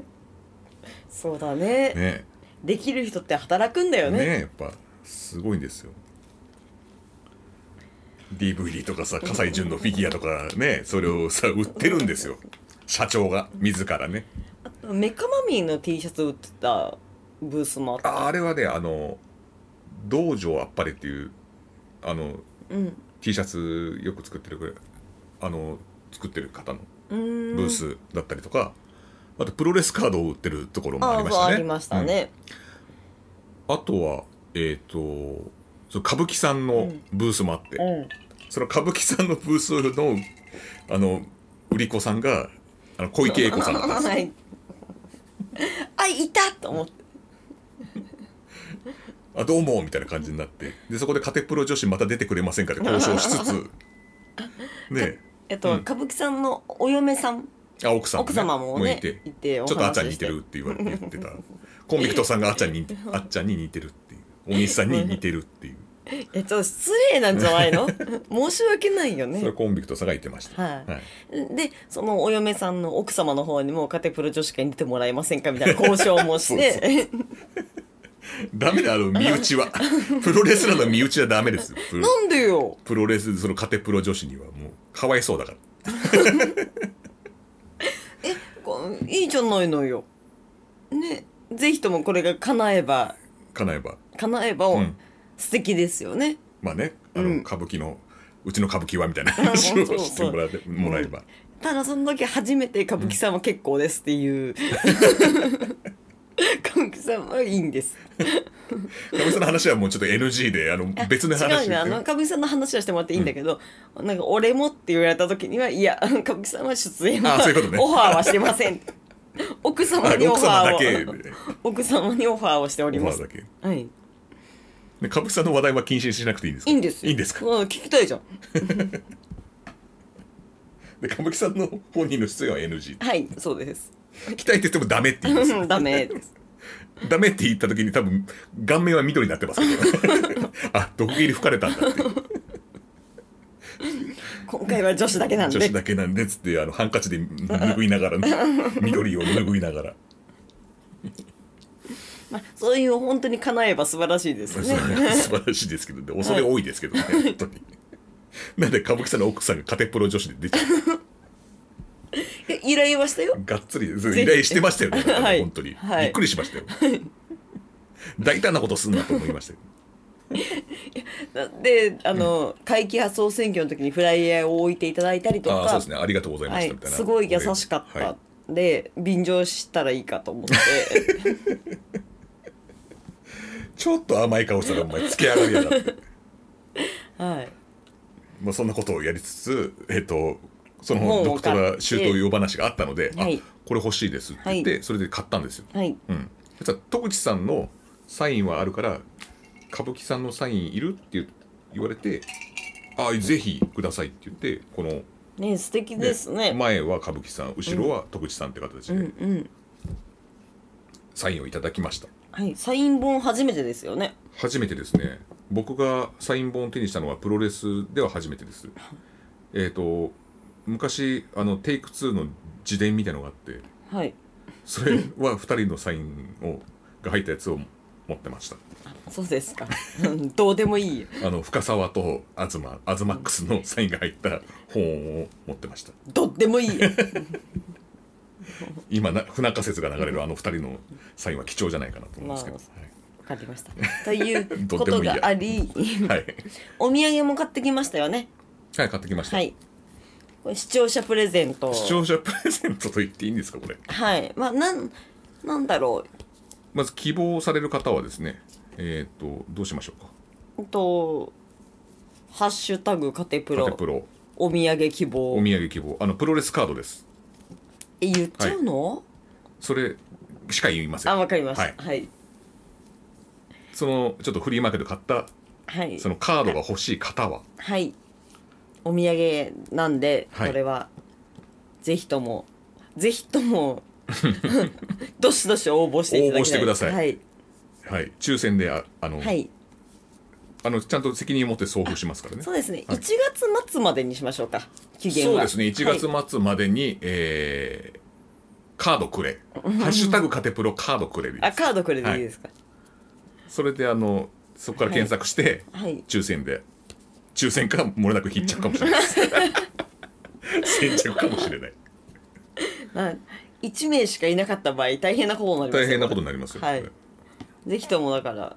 B: そうだね
A: え
B: できる人って働くんだよ
A: ね
B: ね
A: えやっぱすごいんですよ DVD とかさ葛西潤のフィギュアとかねそれをさ売ってるんですよ社長が自らね
B: メカマミーの T シャツ売ってたブースもあった
A: ああれはねあの道場あっぱれっていうあの
B: うん
A: T シャツよく作ってるぐらいあの作ってる方の
B: うーん
A: ブースだったりとか、あとプロレスカードを売ってるところもあ
B: あ
A: り
B: あ
A: まし
B: そう
A: たね
B: ありましたね、
A: うんあとはえっ、とその歌舞伎さんのブースもあって、
B: うん
A: その歌舞伎さんのブースのあの売り子さんがあの小池栄子さん だったんです
B: はいあいたと思って
A: あどうもみたいな感じになってでそこでカテプロ女子また出てくれませんかで交渉しつ つね
B: えっと、
A: うん
B: 歌舞伎さんのお嫁さん
A: あ奥さん、
B: 奥様もね
A: いて
B: いてお
A: ちょっとあ
B: 話
A: っちゃん
B: し
A: に
B: し
A: 似て
B: て
A: るって言わ れて言ってたコンビクトさんがあっちゃんに似てあっちゃんに似てるっていう大西さんに似てる っていう
B: えっと失礼なんじゃない の申し訳ないよ
A: それ
B: ね
A: コンビクトさんが言ってました、
B: はい
A: はい、
B: でそのお嫁さんの奥様の方にもカテプロ女子会に出てもらえませんかみたいな交渉もして
A: ダメだあの身 内はプロレスラーの身内はダメですよプロ
B: なんでよ
A: プロレスそのカテプロ女子にはもうかわいそうだから
B: こいいじゃないのよねぜひともこれが叶えば
A: 叶えば
B: 叶えば、
A: うん
B: 素敵ですよね
A: まあねあ
B: う
A: の
B: ん
A: 歌舞伎のうちの歌舞伎は みたいな話を
B: そうそう
A: してもらえもらえば、
B: ただその時初めて歌舞伎さんは結構ですって いう歌舞伎さんはいいんです
A: 歌舞伎さんの話はもうちょっと NG であの別の
B: 違
A: 話
B: うねあの歌舞伎さんの話はしてもらっていいんだけど、なんか俺もって言われた時にはいや歌舞伎さんは出演は
A: あそういうことね
B: オファーはしてませ ん奥様
A: あ
B: にオ
A: 奥
B: ファ
A: 様
B: ー
A: だ
B: を
A: けで
B: 奥様にオファーをしており
A: オフ
B: ま
A: ァー
B: す
A: だけ
B: はい
A: で歌舞伎さんの話題は禁止しなくていいんですか
B: いいんですよ
A: いいんですか
B: うん聞きたいじゃん
A: で歌舞伎さんの本人の出演は NG
B: はいそうです
A: 聞きたいって言ってもダメって言います
B: うんダメです
A: ダメって言った時に多分顔面は緑になってますけど あ毒斬り吹かれたんだって
B: 今回は女子だけなん
A: 女
B: で
A: 子だけなんでっつってあのハンカチで拭いな がら、ね、緑を拭いながら
B: まあ、そういう本当に叶えば素晴らしいです
A: 素
B: ね
A: 晴らしいですけどね恐れ多いですけどね本当になんで歌舞伎さんの奥さんがカテプロ女子で出ちゃう
B: いや依頼はしたよ
A: がっつりそう依頼してましたよね、
B: はい
A: 本当に、
B: はい
A: びっくりしましたよ大胆なことすんなと思いましたよ
B: であの会期派総選挙の時にフライヤーを置いていただいたりと
A: ああ
B: か
A: そうですねありがとうございま
B: は
A: した
B: い
A: み、たいな、
B: すごい優しかった
A: は
B: っ
A: い
B: で便乗したらいいかと思って
A: ちょっと甘い顔したらお前つけ上がりやがって、
B: はい
A: まあ、そんなことをやりつつえっ、とそ
B: 本
A: の
B: を
A: ドクト
B: 買っ
A: ラ
B: て
A: シュートいうお話があったので、
B: はい
A: あこれ欲しいですって言って、それで買ったんですよ、
B: はい
A: うん、そしたら戸口さんのサインはあるから歌舞伎さんのサインいるって言う言われて「あぜひください」って言ってこの、
B: ね素敵ですね
A: 前は歌舞伎さん後ろは戸口さんって形
B: うんう
A: で
B: ん
A: サインをいただきました、
B: はいサイン本初めてですよね
A: 初めてですね僕がサイン本を手にしたのはプロレスでは初めてですえっ、と昔あのテイク2の自伝みたいのがあって
B: はい
A: それは2人のサインをが入ったやつを持ってました
B: そうですかうんどうでもいいよ
A: あの深沢と東東マックスのサインが入った本を持ってました
B: どうでもいいよ
A: 今な不仲説が流れるあの2人のサインは貴重じゃないかなと思うんですけど、
B: わかりましたという
A: ど
B: こ
A: うで
B: と
A: もいいや
B: があり
A: はい、はい、
B: お土産も買ってきましたよね
A: はい買ってきました、
B: はいこれ視聴者プレゼント
A: 視聴者プレゼントと言っていいんですかこれ
B: はいまあなんなんだろ
A: まず希望される方はですねえっ、とどうしましょうか
B: ううんと「ハッシュタグカテプ
A: カ
B: ロ
A: テプロ
B: お土産希望」
A: お土産希望あのプロレスカードです
B: え言っちゃうの、
A: それしか言いませ
B: あ
A: ん
B: わかりました
A: はい
B: はい
A: そのちょっとフリーマーケットで買った
B: はい
A: そのカードが欲しい方は
B: はいお土産なんで、
A: はい
B: これはぜひともぜひと もどしどし応募していただきたい
A: 応募してください
B: はい、
A: はい抽選でああの、
B: はい、
A: あのちゃんと責任を持って送付しますからね
B: そうですね、
A: は
B: 1
A: い
B: 月末までにしましょうか期限
A: そう
B: は
A: ですね1月末までに、えーカードくれ「ハッシュタグカテプロカードくれ」
B: はい、あカードくれていいですか
A: それであのそこから検索して、
B: はい
A: 抽選で抽選かもれなく引っちゃうかもしれないです 先着かもしれない
B: はい、1名しかいなかった場合大変なことになります
A: 大変なこと
B: に
A: になりますよ、
B: はいぜひともだから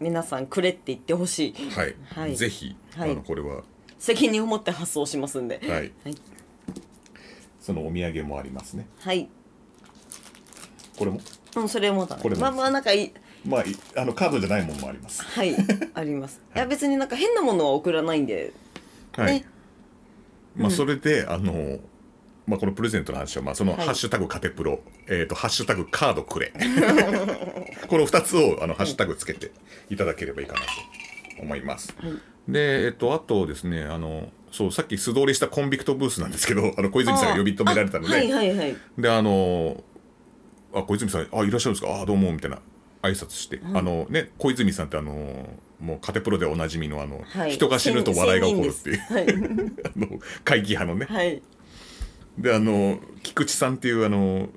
B: 皆さんくれって言ってほしい
A: はい、
B: はい
A: ぜひ、
B: はい
A: あのこれは、
B: 責任を持って発送しますんで
A: はい、
B: はい、
A: そのお土産もありますね
B: はい、
A: これも
B: うんそれもだね
A: これも
B: まあまあなんかい
A: まあいあのカードじゃないものもあります
B: はい ありますいや
A: はい
B: 別になんか変なものは送らないんで
A: はい、
B: ね
A: まあそれで、あのまあこのプレゼントの話はまあその「
B: はい
A: ハッシュタグカテプロ」えっ、と「ハッシュタグカード くれ」この2つをあのハッシュタグつけていただければいいかなと思います、でえっとあとですねあのそうさっき素通りしたコンビクトブースなんですけどあの小泉さんが呼び止められたので
B: あはいはいはい
A: であのあ小泉さんあいらっしゃるんですかあどうも」みたいな挨拶して、あのね小泉さんってあのもうカテプロでおなじみのあの、
B: はい
A: 人が死ぬと笑いが起こるっていう
B: 千人です
A: あの会議派のね、
B: はいはい
A: であの菊池さんっていうあの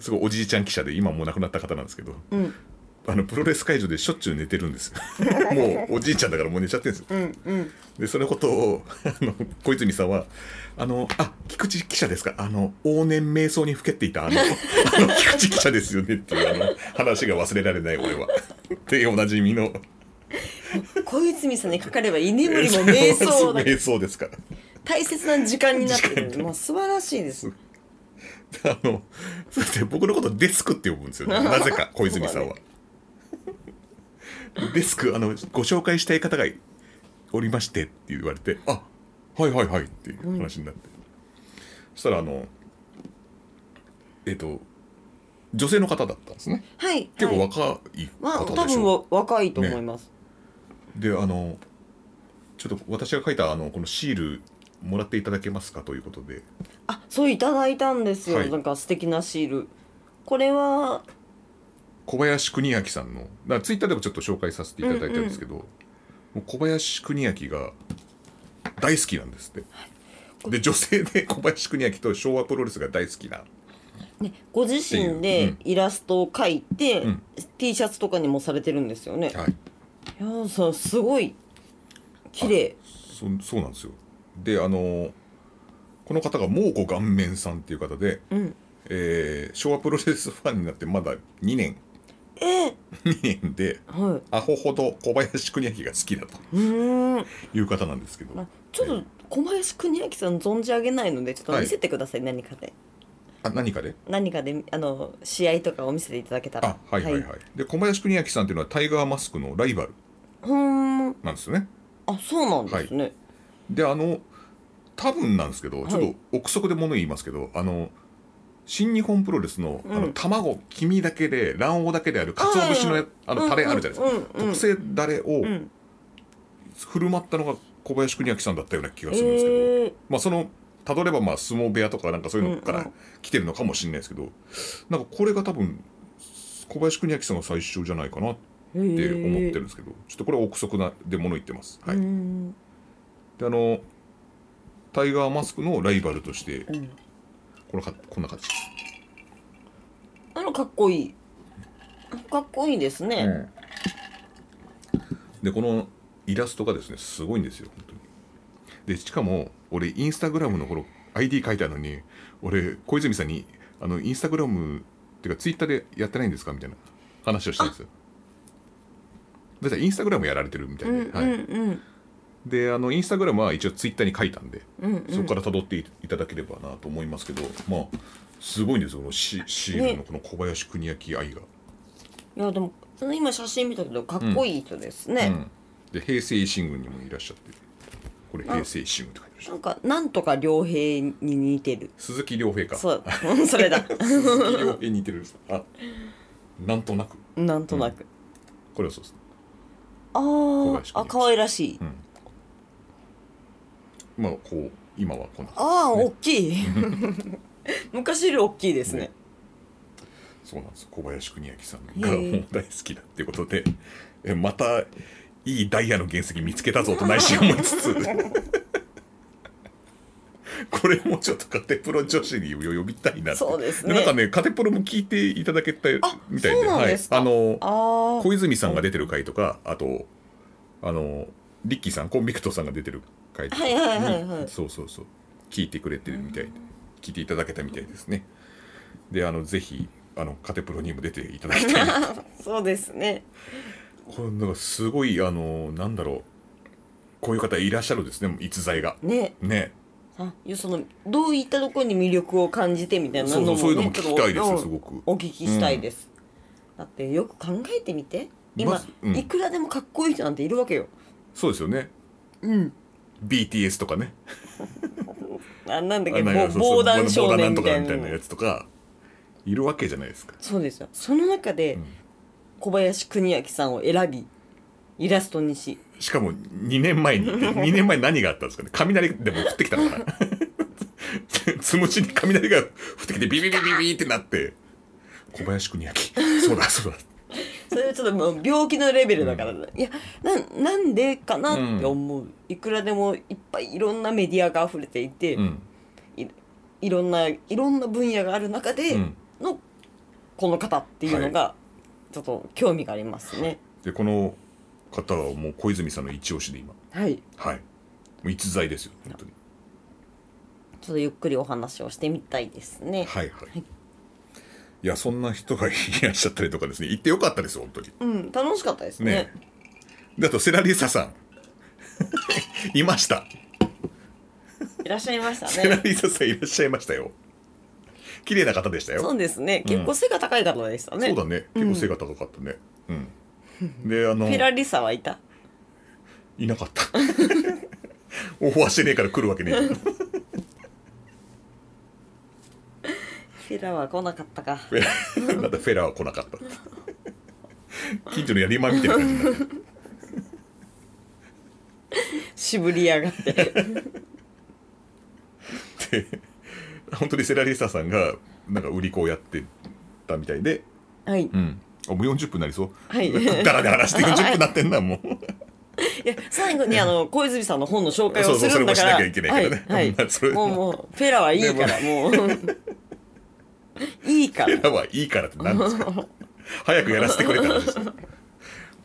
A: すごいおじいちゃん記者で今もう亡くなった方なんですけど、
B: ん
A: あのプロレス会場でしょっちゅう寝てるん ですよもうおじいちゃんだからもう寝ちゃってるんですよ、でそのことをあの小泉さんは「あのあ菊池記者ですかあの往年瞑想にふけっていたあ のあの菊池記者ですよね」っていうあの話が忘れられない俺はっていうおなじみの
B: 小泉さんにかかれば居眠りも瞑 想だ
A: 瞑想ですから。
B: 大切な時間になってる
A: 時間
B: まあ素晴らしいです
A: あの、そうですね、僕のことデスクって呼ぶんで すよ、ね。なぜか、小泉さんは。デスク、あの、ご紹介したい方がおりましてって言われて、あ、はいはいはいっていう話になって。そしたら、あの、えっ、と、女性の方だったんですね。
B: はい
A: 結構
B: はい
A: 若い
B: まあ
A: 方
B: 多
A: でしょう。
B: 分わ若いと思います
A: であのちょっと私が書いたあのこのシールもらっていただけますかということで
B: あそういただいたんですよ、
A: はい
B: なんか素敵なシールこれは
A: 小林邦明さんのだからツイッターでもちょっと紹介させていただいたんですけど、もう小林邦明が大好きなんですってで女性で小林邦明と昭和プロレスが大好きな
B: ね、ご自身
A: っていう
B: でイラストを描いて、
A: ん
B: T シャツとかにもされてるんですよね、
A: はい
B: いやーそうすごい綺麗
A: そそうなんですよであのこの方が猛虎顔面さんっていう方で、
B: ん
A: えー昭和プロレスファンになってまだ2年
B: え
A: 2年で
B: はい
A: アホほど小林邦明が好きだと
B: うーん
A: いう方なんですけど
B: あちょっと小林邦明さん存じ上げないのでちょっと見せてください、何かで
A: あ何かで
B: 何かであの試合とかを見せていただけたら
A: あはいはいはい、で小林邦明さんっていうのはタイガーマスクのライバル
B: ふーん
A: なんですよね
B: あそうなんですね、
A: であの多分なんですけどちょっと憶測で物言いますけど、あの新日本プロレスの,、あ
B: う
A: の
B: ん
A: 卵黄身だけで卵黄だけである鰹節のやあのタレあるじゃないですか、
B: うんうんうんうん
A: 特製ダレを
B: うん
A: 振る舞ったのが小林邦明さんだったような気がするんですけど、
B: えー、
A: まあそのたどればまあ相撲部屋とかなんかそういうのか
B: うんう
A: ら
B: ん
A: 来てるのかもしれないですけど、なんかこれが多分小林邦明さんが最初じゃないかなって
B: えー、
A: 思ってるんですけど、ちょっとこれは憶測なで物言ってます。はい、
B: うー
A: で
B: ん
A: あのタイガーマスクのライバルとして
B: うん
A: このかこんな形です、
B: あのかっこいいかっこいいですね、
A: でこのイラストがですねすごいんですよ本当にでしかも俺インスタグラムの頃 ID 書いてあるのに俺小泉さんにあのインスタグラムっていうかツイッターでやってないんですかみたいな話をしたんですよだってインスタグラムやられてるみたいで、
B: うんう
A: はい
B: んうん
A: であのインスタグラムは一応ツイッターに書いたんで、
B: うんうん
A: そこから辿っていいただければなと思いますけどまあすごいんですよこのシシールのこの小林邦明愛が、
B: いやでもその今写真見たけどかっこいい人ですね、
A: うん、で平成維新軍にもいらっしゃってこれ平成維新軍って書いてました
B: なんかなんとか良平に似てる
A: 鈴木亮平か
B: そう それだ
A: 鈴木亮平に似てるあなんとなく
B: なんとなく、
A: これはそうです
B: あ
A: 林
B: ああ
A: 君
B: 可愛らしい、
A: まあこう今はこんな感
B: ああ、大きい 昔より大きいですね
A: ねじそうなんです小林邦明さんが
B: へ
A: も
B: え
A: う大好きだっていうことでえまたいいダイヤの原石見つけたぞと内心思いつ つこれもちょっとカテプロ女子に呼びたいなって
B: そうですね
A: なんかねカテプロも聞いていただけた
B: あ
A: みたい
B: そ
A: で
B: うなんですか
A: はい、あの
B: ああ
A: 小泉さんが出てる回とかあとあのリッキーさんコンビクトさんが出てる回とか
B: はいはいはいはい
A: にそうそうそう聞いてくれてるみたいで聞いていただけたみたいですねであのぜひあのカテプロにも出ていただきた いな
B: そうですね
A: これなんかすごいあのなんだろうこういう方いらっしゃるんですね逸材が
B: ね
A: ね
B: あいやそのどういったところに魅力を感じてみたいなの
A: そうそう
B: も、ね、
A: そういうのも聞きたいで
B: ちょっと
A: す
B: う
A: よ
B: ん
A: すごく
B: お聞きしたいです、だってよく考えてみて今、
A: まずうん
B: いくらでもかっこいい人なんているわけよ
A: そうですよね
B: うん
A: BTS とかね
B: あなんだっ
A: あ
B: け
A: な
B: ぼ
A: んかそうそう
B: 防弾少
A: 防
B: 年み
A: 弾なんとか
B: たい
A: みた
B: ない
A: なやつとかいるわけじゃないですか
B: そうですよその中で小林邦明さんを選びイラストにし
A: しかも2年前に2 年前何があったんですかね雷でも降ってきたのかな つむじに雷が降ってきてビビビビビってなって小林邦明そうだそうだ
B: それはちょっともう病気のレベルだから、いやななんでかなって思う、いくらでもいっぱいいろんなメディアが溢れていて、
A: うん
B: いろんないろんな分野がある中で
A: うん
B: の、この方っていうのがちょっと興味がありますね
A: でこの方はもう小泉さんの一押しで今
B: はい、
A: はいもう逸材ですよ本当に
B: ちょっとゆっくりお話をしてみたいですね
A: はいはい、
B: い
A: い、やそんな人がいらっしゃったりとかですね行ってよかったですよ本当に
B: うん楽しかったですね
A: ねであとセラリーサさん いました
B: いらっしゃいました
A: セラ
B: ね
A: リーサさんいらっしゃいましたよ綺麗な方でしたよ
B: そうですね結構背が高い方でしたね、
A: そうだね結構背が高かったねうん、 であの
B: フェラリサはいた
A: いなかったオファーしてねえから来るわけねえ
B: フェラは来なかったか
A: フェ ラまたフェラは来なかった近所のやりまんみたいな感じになってる
B: 渋りやがって
A: 本当にセラリスタさんがなんか売り子をやってたみたいで
B: はい、い
A: うんあもう40分にな りそう、
B: はい
A: だらだらして40分なってんなもう
B: や最後にあの小泉さんの本の紹介をするんだから
A: そうそうそれもしなきゃいけないからね
B: はい、は
A: それ
B: い、もうもうフェラはいいからもういいか
A: フ
B: ら
A: ェラはいいからって何ですか早くやらせてくれた話ですよ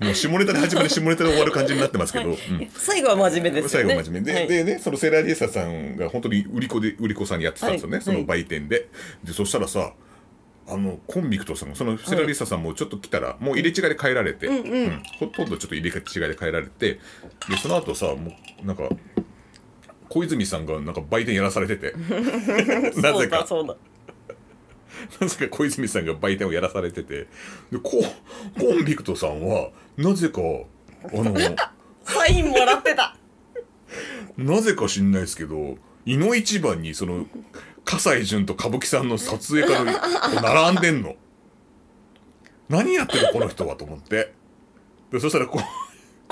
A: もう下ネタで始まり下ネタで終わる感じになってますけど、うん
B: 最後は真面目ですよ
A: 最
B: ね
A: 後真面目で,、
B: はい
A: でねそのセラリエサさんが本当に売り子で売り子さんやってたんですよね、
B: はい
A: その売店ででそしたらさあのコンビクトさんもそのセラリエサさんもちょっと来たら、もう入れ違いで帰られて、
B: うんうん
A: ほとんどちょっと入れ違いで帰られてでその後さもうなんか 小泉さんがなんか売店やらされててな
B: そ
A: ぜ
B: うだ
A: か
B: そうだ
A: なぜか小泉さんが売店をやらされててでココンビクトさんはなぜかあ の
B: サインもらってた
A: なぜか知んないですけど井の一番にその葛西潤と歌舞伎さんの撮影家が並んでんの何やってるこの人はと思ってでそしたらこう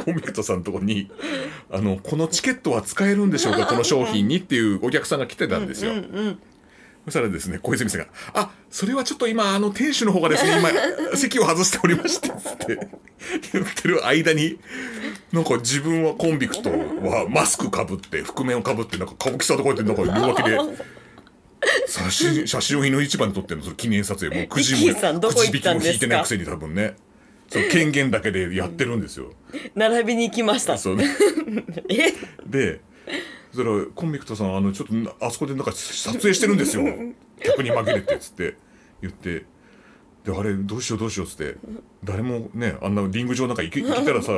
A: コンビクトさんのとこにあの「このチケットは使えるんでしょうかこの商品に」っていうお客さんが来てたんですよ、
B: うんうん
A: そしたらですね小泉さんが「あそれはちょっと今あの店主の方がですね 今席を外しておりまして」つって言ってる間になんか自分はコンビクトはマスクかぶって覆面をかぶってなんか歌舞伎さんとこうやってなんか両脇で写真写真を日の一番に撮ってるのその記念撮影もうくじ
B: リッキーさん
A: も
B: ど
A: く
B: こ
A: じ
B: 行
A: 引
B: っ
A: き
B: た
A: も
B: んですか
A: 引いてないくせに多分ねその権限だけでやってるんですよ。
B: 並びに行きました
A: そうね
B: え
A: でそれコンビクトさんあのちょっとなあそこでなんか撮影してるんですよ客に紛れてっつって言ってであれどうしようどうしようっつって誰もねあんなリング上なんか行き行ったらさ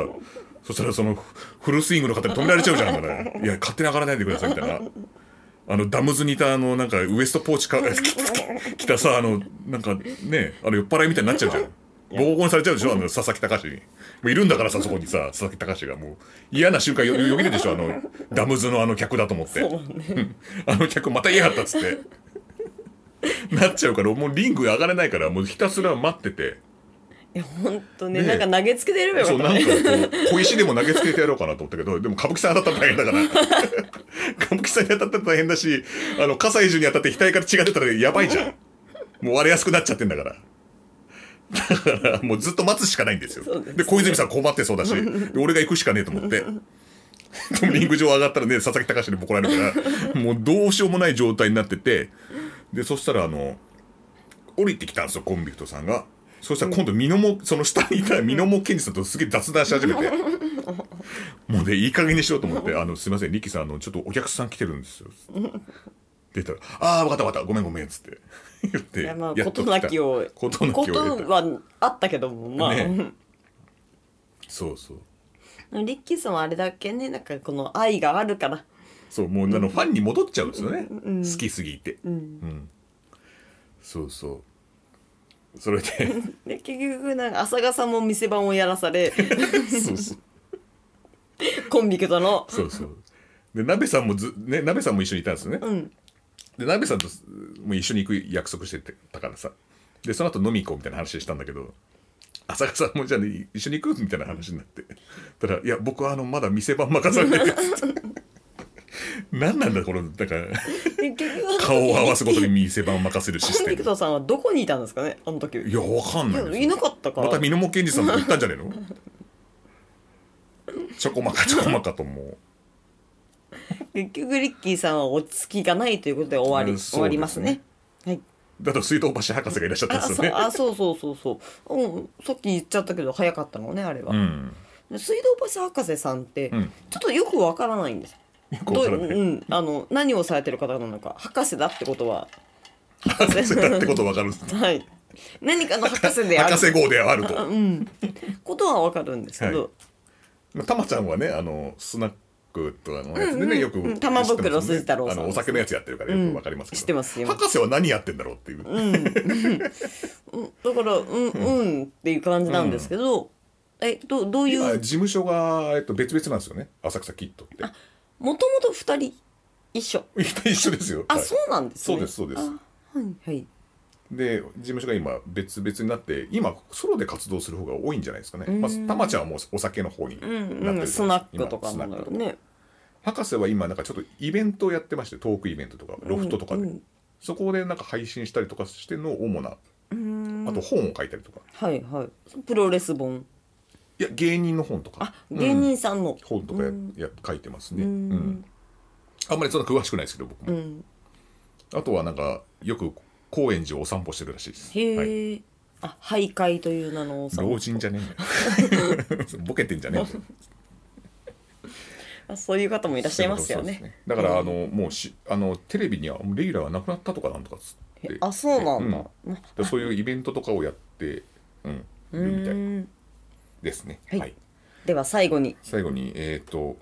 A: そしたらそのフフルスイングの方に止められちゃうじゃんからいや勝手に上がらないでくださいみたいな。あのダムズにいたあのなんかウエストポーチか来たさあのなんかねあの酔っ払いみたいになっちゃうじゃんボコボコにされちゃうでしょあの佐々木隆にもういるんだからさそこにさ佐々木隆がもう嫌な瞬間よよぎるでしょあのダムズのあの客だと思って
B: そうね
A: あの客また嫌やったっつってなっちゃうからもうリング上がれないからもうひたすら待ってて
B: いや本当ね
A: ね
B: なんか投げつけてればよ
A: そ
B: か
A: う
B: っ
A: な
B: た
A: んか
B: ね
A: こう小石でも投げつけてやろうかなと思ったけどでも歌舞伎さん当たったら大変だから 歌舞伎さんに当たったら大変だしあの葛西潤に当たって額から血が出たらやばいじゃんもう割れやすくなっちゃってんだからだからもうずっと待つしかないんですよ
B: そう
A: で
B: です
A: 小泉さん困ってそうだしで俺が行くしかねえと思って。でもリング上上がったらね佐々木隆にボコられるからもうどうしようもない状態になっててでそしたらあの降りてきたんですよコンビクトさんがそしたら今度ミノモその下にいたミノモケンジさんとすげえ雑談し始めてもうねいい加減にしようと思って「あのすいませんリキさんあのちょっとお客さん来てるんですよ」って言ったら「ああ分かった分かったごめんごめん」っつって言って
B: いやまあ
A: やっ
B: 事
A: と来た
B: なきを
A: 事なきを
B: こと
A: 得た
B: はあったけどもまあ、
A: ねそうそう
B: リッキーさんはあれだけねなんかこの愛があるから
A: そうもうあのファンに戻っちゃうんですよね、
B: うん
A: 好きすぎて、
B: うん
A: うん、そうそうそれで
B: で結局なんか浅賀さんも店番をやらされ
A: そうそう
B: コンビクトの
A: そうそうで鍋さんもずね鍋さんも一緒にいたんですよね、
B: うん
A: で鍋さんとすもう一緒に行く約束してたからさでその後飲み行こうみたいな話したんだけど浅香さんもじゃあ、ね、一緒に行くみたいな話になってたら「いや僕はあのまだ店番任されてる」何なんだこのだから
B: で結局
A: 顔を合わすことに店番任せるシス
B: コン
A: テ
B: ビク
A: ム
B: トさんはどこにいたんですかねあの時
A: いやわかんないんですよ
B: いなかったから
A: また美濃健二さんと行ったんじ ゃねえのちょこまかちょこまかともう
B: 結局リッキーさんは落ち着きがないということで終わり、
A: うん
B: 終わりますね。はい。
A: だと水道橋博士がいらっしゃったん
B: あ、
A: です
B: そ
A: よ
B: う
A: ね、
B: あ、そうそうそうそう。うん、さっき言っちゃったけど早かったのねあれは。
A: うん
B: で水道橋博士さんって
A: うん
B: ちょっとよくわからないんです。
A: よく
B: ど
A: わ
B: う
A: からない
B: うん、あの何をされてる方なのか博士だってことは、
A: 博士だってことわかるんです
B: はい。何かの博士である
A: 博士号であると
B: うん、ことはわかるんですけど、
A: はまあたまちゃんはねあのスナックとかのやつでね、
B: うんうん
A: よく
B: うん玉袋
A: 知ってますね
B: 筋太郎さん
A: あのお酒のやつやってるからよくわかりますけ
B: う
A: ど、
B: ん知ってますよ
A: 博士は何やってんだろうっていう、
B: うん、うんだからうんうんっていう感じなんですけど、えどうどうい
A: 今
B: う
A: 事務所が、えっと、別々なんですよね浅草キッドって
B: もともと二人一緒
A: 一緒ですよ
B: あ、
A: はい
B: そうなんですね
A: そうですそうです
B: あはいはい
A: で事務所が今別々になって今ソロで活動する方が多いんじゃないですかね、
B: ん
A: まあ、たまちゃんはもうお酒の方になっ
B: う
A: てるじゃ
B: んう
A: ない
B: ん
A: です
B: ス
A: か
B: ナックと
A: 今
B: か
A: スナ
B: なん
A: ッ
B: だ
A: ク
B: ろうね
A: 博士は今なんかちょっとイベントをやってましてトークイベントとかロフトとかで、
B: うんうん
A: そこでなんか配信したりとかしての主な
B: うーん
A: あと本を書いたりとか、
B: はいはいプロレス本
A: いや芸人の本とか
B: あ芸
A: うん
B: 人さんの
A: 本とかや,、
B: うん
A: や書いてますね、う
B: うんん
A: あんまりそんな詳しくないですけど僕
B: う
A: も、
B: ん
A: あとはなんかよく高円寺をお散歩してるらしいです
B: へえ、
A: はい
B: あ徘徊という名のお散歩
A: 老人じゃね えんだよボケてんじゃねえんだよ
B: あそういう方もいらっしゃいますよね
A: そうですだからあのもうしあのテレビにはもうレギュラーはなくなったとかなんとかっつって
B: えあそうなんだ、
A: うんでそういうイベントとかをやってうん
B: う
A: るみた
B: ー
A: い
B: ん
A: ですね
B: はいでは最後に
A: 最後にえっ、と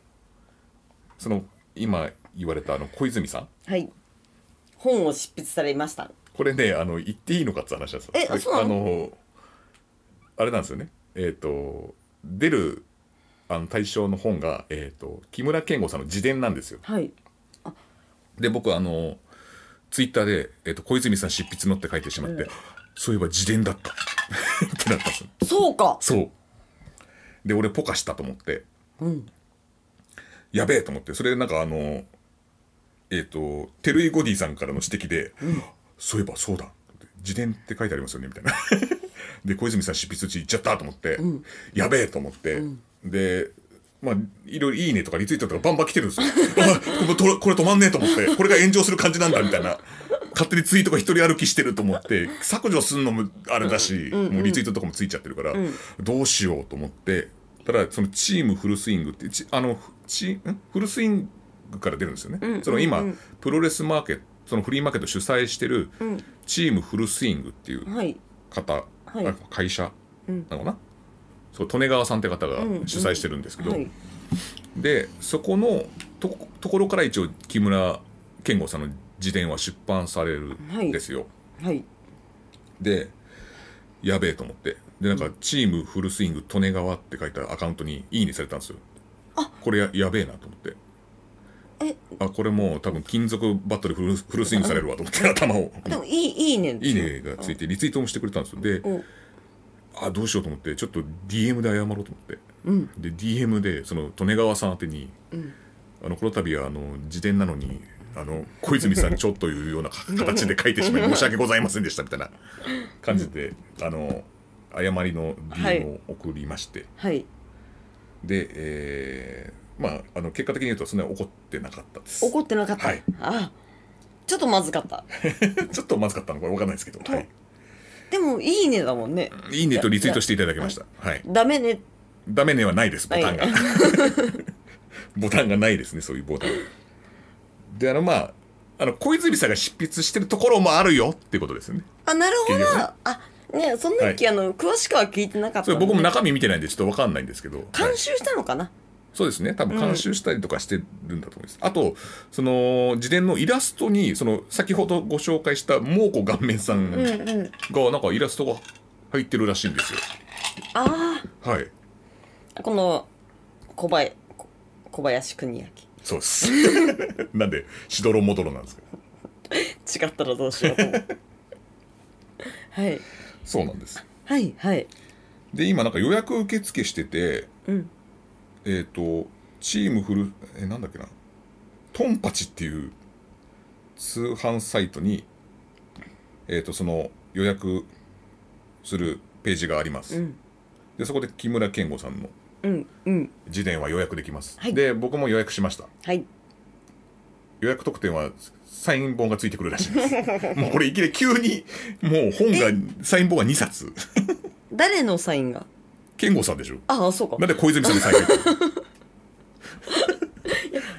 A: その今言われたあの小泉さん
B: はい本を執筆されました
A: 小これねあの言っていいのかって話なんですよ
B: えあそうなの
A: あのあれなんですよねえっ、と出るあの対象の本が、えー、と木村健吾さんの自伝なんですよ
B: はい
A: で僕あのツイッターで、えーと「小泉さん執筆の」って書いてしまって、
B: うん
A: そういえば自伝だった ってなったんですよ
B: そうか
A: そうで俺ポカしたと思って
B: うん
A: やべえと思ってそれなんかあのえっ、とテルイ・ゴディさんからの指摘で、そういえばそうだ自伝って書いてありますよねみたいなで小泉さん執筆中行っちゃったと思って、やべえと思って、でまあいろいろ「いいね」とかリツイートとかバンバン来てるんですよあもうとこれ止まんねえと思ってこれが炎上する感じなんだみたいな勝手にツイートが一人歩きしてると思って削除すんのもあれだし、もうリツイートとかもついちゃってるから、どうしようと思ってただそのチームフルスイングってちあのチんフルスイングから出るんですよね、その今、プロレスマーケットそのフリーマーケット主催してるチームフルスイングっていう
B: はい
A: 方、
B: はい
A: あ会社なのかな、そう利根川さんって方が主催してるんですけど、
B: はい
A: でそこのとこところから一応木村健吾さんの自伝は出版されるんですよ。
B: はい
A: でやべえと思ってでなんか「チームフルスイング利根川」って書いたアカウントに「いいね」されたんですよ。これややべえなと思って。
B: え
A: あこれもう多分金属バットでフルフルスイングされるわと 思って頭を
B: でもいいいいね
A: 「いいね」がついてリツイートもしてくれたんですよで
B: お
A: あどうしようと思ってちょっと DM で謝ろうと思って
B: うん
A: で DM でその利根川さん宛てに
B: うん
A: あのこの度はあの自伝なのにあの小泉さんちょっというようなか 形で書いてしまい申し訳ございませんでしたみたいな感じであの誤りの
B: はい
A: DM を送りまして、
B: はい
A: で、えーまああの結果的に言うとそんなに怒ってなかったです
B: 怒ってなかった、
A: はい
B: あちょっとまずかった
A: ちょっとまずかったのか分かんないですけど、
B: と
A: はい、
B: でもいいねだもんね
A: いいねとリツイートしていただきましたはい
B: ダメね
A: ダメねはないですボ タンが、
B: は
A: ボタンがないですねそういうボタンであのまああの小泉さんが執筆してるところもあるよっていうことですよね
B: あなるほど、
A: いいよね
B: あねその時、あの詳しくは聞いてなかった
A: そ
B: の
A: れ
B: で
A: 僕も中身見てないんでちょっとわかんないんですけど、はい
B: 監修したのかな、
A: そうですね多分監修したりとかしてるんだと思います、あとその自伝のイラストにその先ほどご紹介した猛虎顔面さんが
B: うんうん
A: なんかイラストが入ってるらしいんですよ
B: あ
A: はい
B: あこの小林こ小林邦
A: そうです なんでしどろもどろなんですけど
B: 明違ったらどうしようと思う はい
A: そうなんです
B: はいはい
A: で今なんか予約受付してて
B: うん
A: えっ、とチームフルえなんだっけなトンパチっていう通販サイトにえっ、とその予約するページがあります、
B: うん
A: でそこで木村健吾さんの
B: うんうん
A: 自伝は予約できます、
B: はい
A: で僕も予約しました
B: はい
A: 予約特典はサイン本がついてくるらしい ですもうこれいきなり急にもう本がサイン本が2冊
B: 誰のサインが
A: 健吾さんでしょ
B: ああそうか
A: なんで小泉さんのサインが入ってる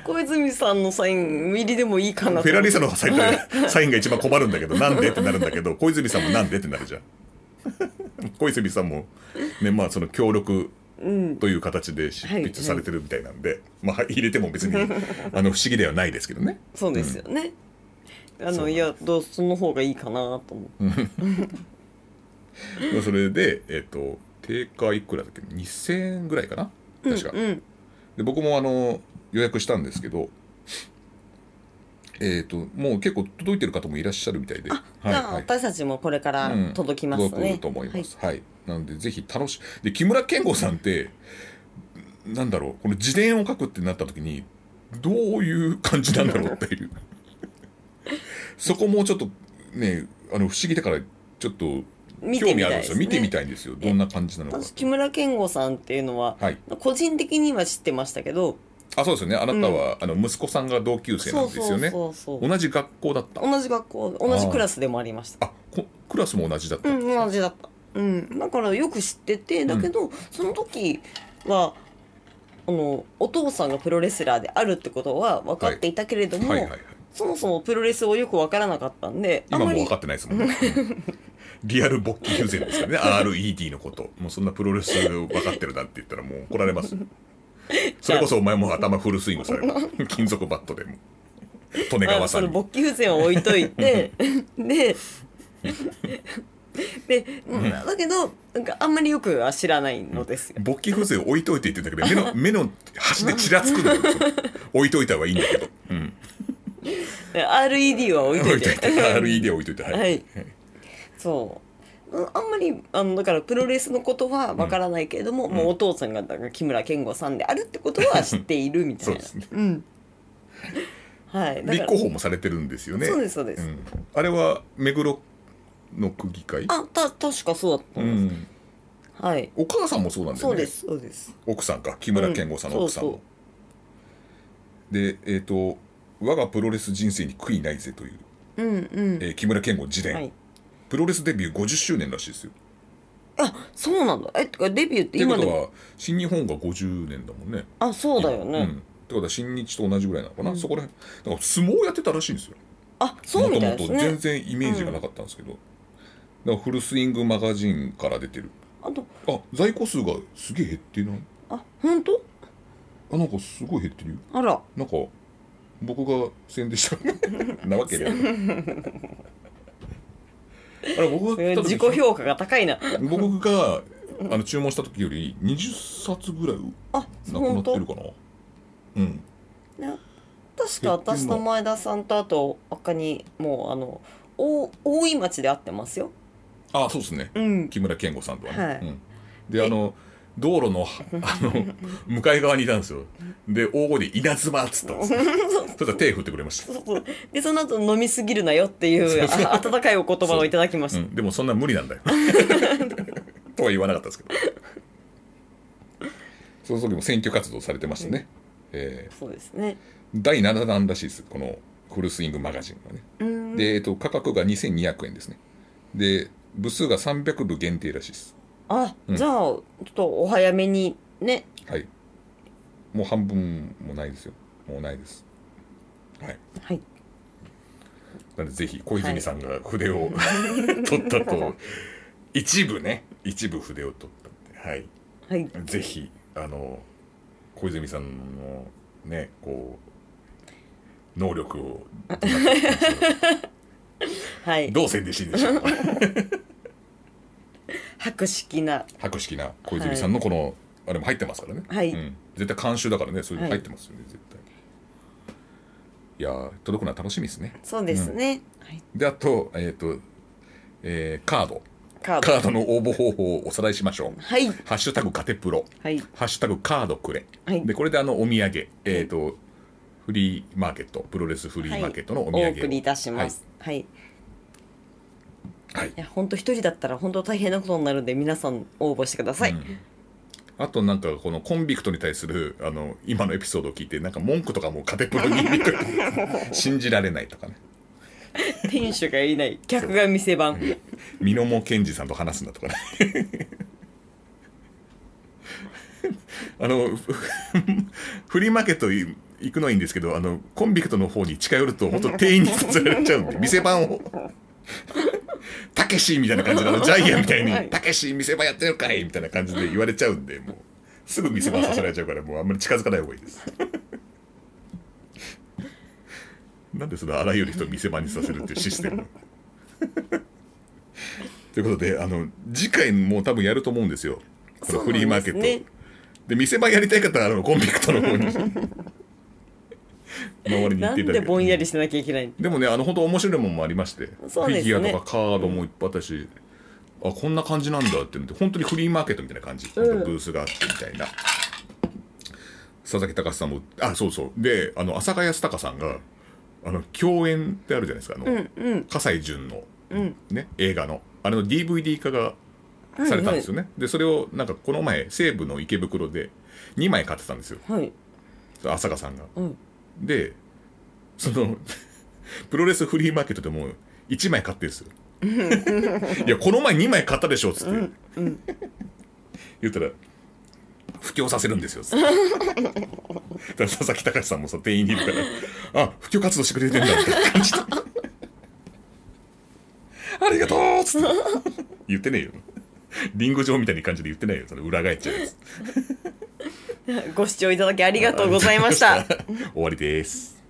B: 小泉さんのサイン入りでもいいか
A: フ
B: な
A: ェラリーさんのサインがサインが一番困るんだけどなんでってなるんだけど小泉さんもなんでってなるじゃん小泉さん もねまあその協力
B: うん
A: という形で執筆されてるみたいなんで、まあ入れても 別にあの不思議ではないですけどね
B: そうですよね、あ
A: そうなん
B: の
A: です
B: いやどうその方がいいかなと思う
A: まあそれで、えっと定価いくらだっけ2000円ぐらいかな確か、
B: うん
A: で僕もあの予約したんですけどえっ、ともう結構届いてる方もいらっしゃるみたいであ
B: じゃあ私たちもこれから
A: うん
B: 届きますね、
A: 届くと思いますはい、なんでぜひ楽しいで木村健吾さんって なんだろうこの自伝を書くってなった時にどういう感じなんだろうっていう そこもちょっとねあの不思議だからちょっと
B: 見て
A: 興
B: み
A: 味
B: た
A: あ
B: い
A: る
B: で
A: んですす
B: ね
A: よ見てみたいんですよどんな感じなのか
B: 私木村健吾さんっていうのは、
A: はい
B: 個人的には知ってましたけど
A: あそうですよねあなたは、あの息子さんが同級生なんですよね
B: そうそうそう
A: 同じ学校だった
B: 同じ学校同じクラスでもありました
A: あこクラスも同じだった、
B: うん同じだったうんだからよく知っててだけど、その時はあのお父さんがプロレスラーであるってことは分かっていたけれども、
A: はいはいはい
B: そもそもプロレスをよく分からなかったんであ
A: 今も
B: ま
A: う
B: り
A: 分かってないですもんねリアル勃起友禅ですからね RED のこともうそんなプロレス分かってるなんて言ったらもう怒られますそれこそお前もう頭フルスイングされ る金属バットでも利根
B: ま
A: 川
B: あ、そ
A: さん
B: の
A: に
B: 勃起風船を置いといて でで、うんだけどなんかあんまりよくは知らないのですよ。
A: 勃起風情置いといて言ってんだけど 目の目の端でちらつくのよ置いといた方がいいんだけど、うん、
B: で RED は置いと
A: 置
B: い
A: いといて
B: て。
A: RED 置いといてはい、
B: はい。そう。うんあんまりあのだからプロレスのことはわからないけれども、もうお父さんがだから木村健吾さんであるってことは知っているみたいな。
A: そうですね
B: ん。はい。だか
A: 立
B: ら
A: 候補もされてるんですよね
B: そうですそうです。
A: ん、あれは目黒の区議会
B: あた確かそうだった
A: うん
B: です。
A: ん、
B: はい。
A: お母さんもそうなんだよね
B: そうですそうです。
A: 奥さんか木村健吾さんの
B: うん
A: 奥さんも、
B: そう
A: でえっ、と「我がプロレス人生に悔いないぜ」という、
B: うんうん。
A: えー木村健吾自伝、
B: はい。
A: プロレスデビュー50周年らしいですよ
B: あそうなんだ。えてかデビューっ
A: って
B: て
A: いうこ
B: 今で
A: と
B: も
A: は新日本が50年だもんね
B: あそうだよね。
A: うん、ってことは新日と同じぐらいなのかな、そこら辺だから相撲やってたらしいんですよ
B: あそうみたい
A: も
B: で
A: と
B: す
A: もと全
B: ね。
A: 然イメージがなかったんですけど、だからフルスイングマガジンから出てる
B: あと
A: あ在庫数がすげえ減ってない
B: あ本当？
A: あなんかすごい減ってるよ
B: あら。
A: なんか僕が宣伝した なわけねあれ僕が
B: え
A: 多
B: ー
A: 分
B: 自己評価が高いな。
A: 僕があの注文した時より20冊ぐらい
B: あ
A: なくな
B: 本
A: って
B: 当
A: る。かなうん
B: ね確か私と前田さんとあと他にもうあの大大井町で会ってますよ。
A: あそうですね
B: うん。
A: 木村健吾さんとはね、
B: はい
A: うんであの道路のあの向かい側にいたんですよで大声で「稲妻」っつったんですよそしたら手振ってくれまし
B: そうそうでその後飲みすぎるなよっていう
A: そうそう、
B: あ温かいお言葉をいただきましたた
A: う。ん、でもそんな無理なん だよとは言わなかったですけどその時も選挙活動されてましたね、え
B: そうですね。
A: ー第7弾らしいですこのフルスイングマガジンはね
B: うん。
A: で、えっと、価格が2200円ですねで部数が300部限定らしいです
B: あ、
A: うん
B: じゃあちょっとお早めにね。
A: はいもう半分もないですよもうないですはい
B: はい。
A: なのでぜひ小泉さんが筆 を、取ったと一部ね一部筆を取ったんではい
B: はい。
A: ぜひあの小泉さんのねこう能力を
B: はい。
A: どう宣伝していいんでしょ うか
B: 博識な。
A: 博識な小泉さんのこの、あれも入ってますからね、
B: はい
A: うん、絶対監修だからねそれ入ってますよね、絶対いやー届くのは楽しみですね
B: そうですね。はい。
A: であとえっ、と、えーカード
B: カード。
A: カードの応募方法をおさらいしましょう
B: はい。
A: ハッシュタグカテプロ、
B: はい。
A: ハッシュタグカードくれ、
B: はい
A: でこれであのお土産、えー、とフリーマーケットプロレスフリーマーケットのお土産を
B: お送りいたします。はい。い、
A: はい、はい
B: や、本当一人だったら、本当大変なことになるんで、皆さん応募してください。
A: うんあとなんかこのコンビクトに対するあの今のエピソードを聞いてなんか文句とかもカテプロに 信じられないとかね
B: 店主がいない、客が店番。
A: 美濃も健二さんと話すんだとかねあのふ フリーマーケットい行くのはいいんですけどあのコンビクトの方に近寄ると本当店員に連れられちゃうんで店番を 「たけし」みたいな 感じであのジャイアンみたい
B: はい
A: に「たけし店番やってるかい」みたいな感じで言われちゃうんでもうすぐ店番させられちゃうからもうあんまり近づかない方がいいです なんでそれあらゆる人を店番にさせるっていうシス テムということであの次回も多分やると思うんですよこのフリーマーケッ
B: そ
A: ト
B: う
A: で,、
B: なんですね
A: 店番やりたい方はあのコンビクトの 方に周りに行
B: な
A: っ
B: ん
A: ていただ
B: で
A: け
B: ぼんやりしてなきゃいけないの。
A: でもねあの本当面白いもんもありまして、フ
B: そうです
A: ィ
B: ね
A: ギュアとかカードもいっぱいあったし、あこんな感じなんだってのって本当にフリーマーケットみたいな感じ、
B: ん
A: なんかブースがあってみたいな佐々木隆さんもあそうそうであの朝霞康隆さんがあの共演ってあるじゃないですかあの、葛西潤の、ね映画のあれの DVD 化がされたんですよね、でそれをなんかこの前西武の池袋で2枚買ってたんですよ
B: はい。
A: 朝香さんが、
B: うん
A: でその プロレスフリーマーケットでも1枚買ってるんです よいやこの前2枚買ったでしょっつって、言ったら布教させるんですよつってだ から佐々木隆さんもさ店員にいるからあ布教活動してくれてんだみたいな感 じでありがとうっつって言ってねえよリング状みたいな感じで言ってないよそれ裏返っちゃうやつ
B: ご視聴いただきありがとうございました。
A: 終わりです